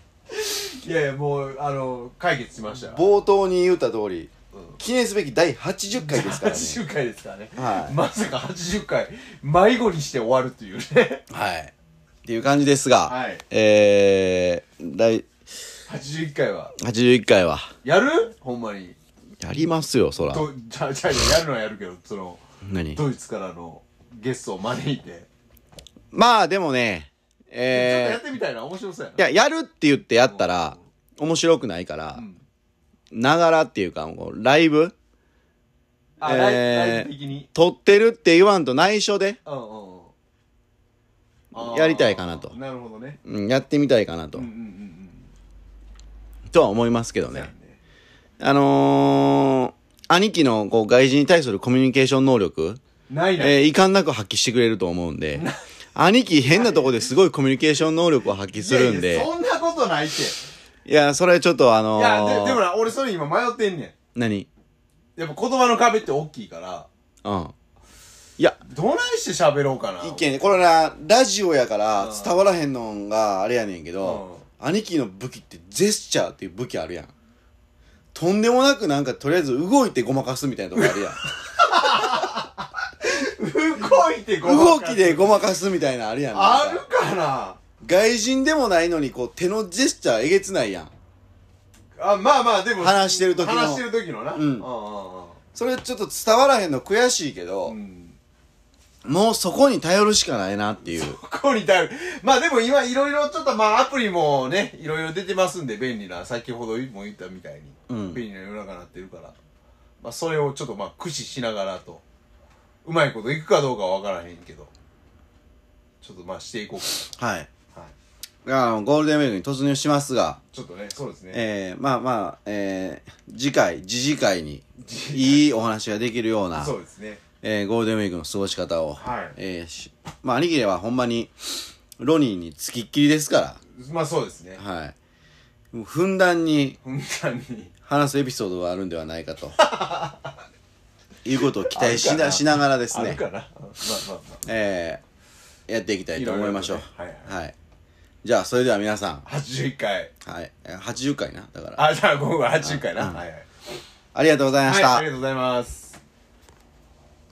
S2: いやいやもうあの解決しましたよ
S1: 冒頭に言った通り
S2: うん
S1: 記念すべき第80回です からね
S2: 80回ですからね、
S1: はい
S2: まさか80回迷子にして終わるっていうね
S1: はいっていう感じですが、
S2: はい
S1: えー、第
S2: 81回は
S1: 81回は
S2: やるほんまに
S1: やりますよそら
S2: とじゃあじゃあやるのはやるけどその
S1: 何
S2: ドイツからのゲストを招いて、
S1: まあでもね
S2: ちょっとや
S1: え
S2: ってみたいな面白そうや
S1: ー、
S2: ない
S1: ややるって言ってやったら面白くないから
S2: ん
S1: ながらっていうかもうライブ
S2: あ、
S1: えー
S2: ライブライブ的に
S1: 撮ってるって言わんと内緒で、
S2: うんうんうんあー
S1: やりたいかなと
S2: なるほどね
S1: うん、やってみたいかなと、
S2: うんうんうんうん
S1: とは思いますけど
S2: そうや
S1: ねあのー、兄貴のこう外人に対するコミュニケーション能力
S2: ないな
S1: え
S2: い
S1: ー、遺憾なく発揮してくれると思うんで、兄貴変なとこですごいコミュニケーション能力を発揮するん
S2: いや
S1: で
S2: いや、そんなことないって
S1: いや、それちょっとあ
S2: い
S1: の
S2: やでで
S1: ー、
S2: もな俺それ今迷ってんね
S1: 何
S2: んやっぱ言葉の壁って大きいから
S1: うん。いや、
S2: どないして喋ろうかな
S1: 意見、これな、ラジオやから
S2: うん
S1: 伝わらへんのんがあれやねんけど、兄貴の武器ってジェスチャーっていう武器あるやん。とんでもなくなんかとりあえず動いてごまかすみたいなとこあるやん。
S2: 動いて ごま
S1: 動
S2: かす
S1: きでごまかすみたいなあるやん。なん
S2: あ
S1: か
S2: るかな
S1: 外人でもないのにこう手のジェスチャーえげつないやん。
S2: あまあまあでも
S1: 話してる時の
S2: 話してる時のな
S1: うん
S2: うんう
S1: それちょっと伝わらへんの悔しいけど、
S2: んうん
S1: もうそこに頼るしかないなっていう。
S2: ここに頼るまあでも今いろいろちょっとまあアプリもねいろいろ出てますんで便利な先ほども言ったみたいに、
S1: うん
S2: 便利な世の中になってるからまあそれをちょっとまあ駆使しながらとうまいこといくかどうかは分からへんけどちょっとまあしていこうか
S1: はい。
S2: な、はい、
S1: いやゴールデンウィークに突入しますが、
S2: ちょっとねそうですね
S1: えー、まあまあ、えー、次回、次次回に、いいお話ができるような、
S2: そうですね
S1: えー、ゴールデンウィークの過ごし方を、
S2: はい
S1: えーしまあ、兄貴ではほんまに、ロニーに付きっきりですか
S2: まあそうですね
S1: ら、はい。もうふんだんに
S2: 本当に
S1: 話すエピソードがあるんではないかと。いうことを期待しなしながらです
S2: ある
S1: ね
S2: か、な、まあまあま
S1: えーやっていきたいと思いましょう
S2: いろいろとね
S1: はい、じゃあそれでは皆さん
S2: あ81回
S1: はい、えー80回なだから
S2: あじゃあ今後は80回な、はいはい
S1: ありがとうございまし
S2: はい、
S1: た、
S2: ありがとうございます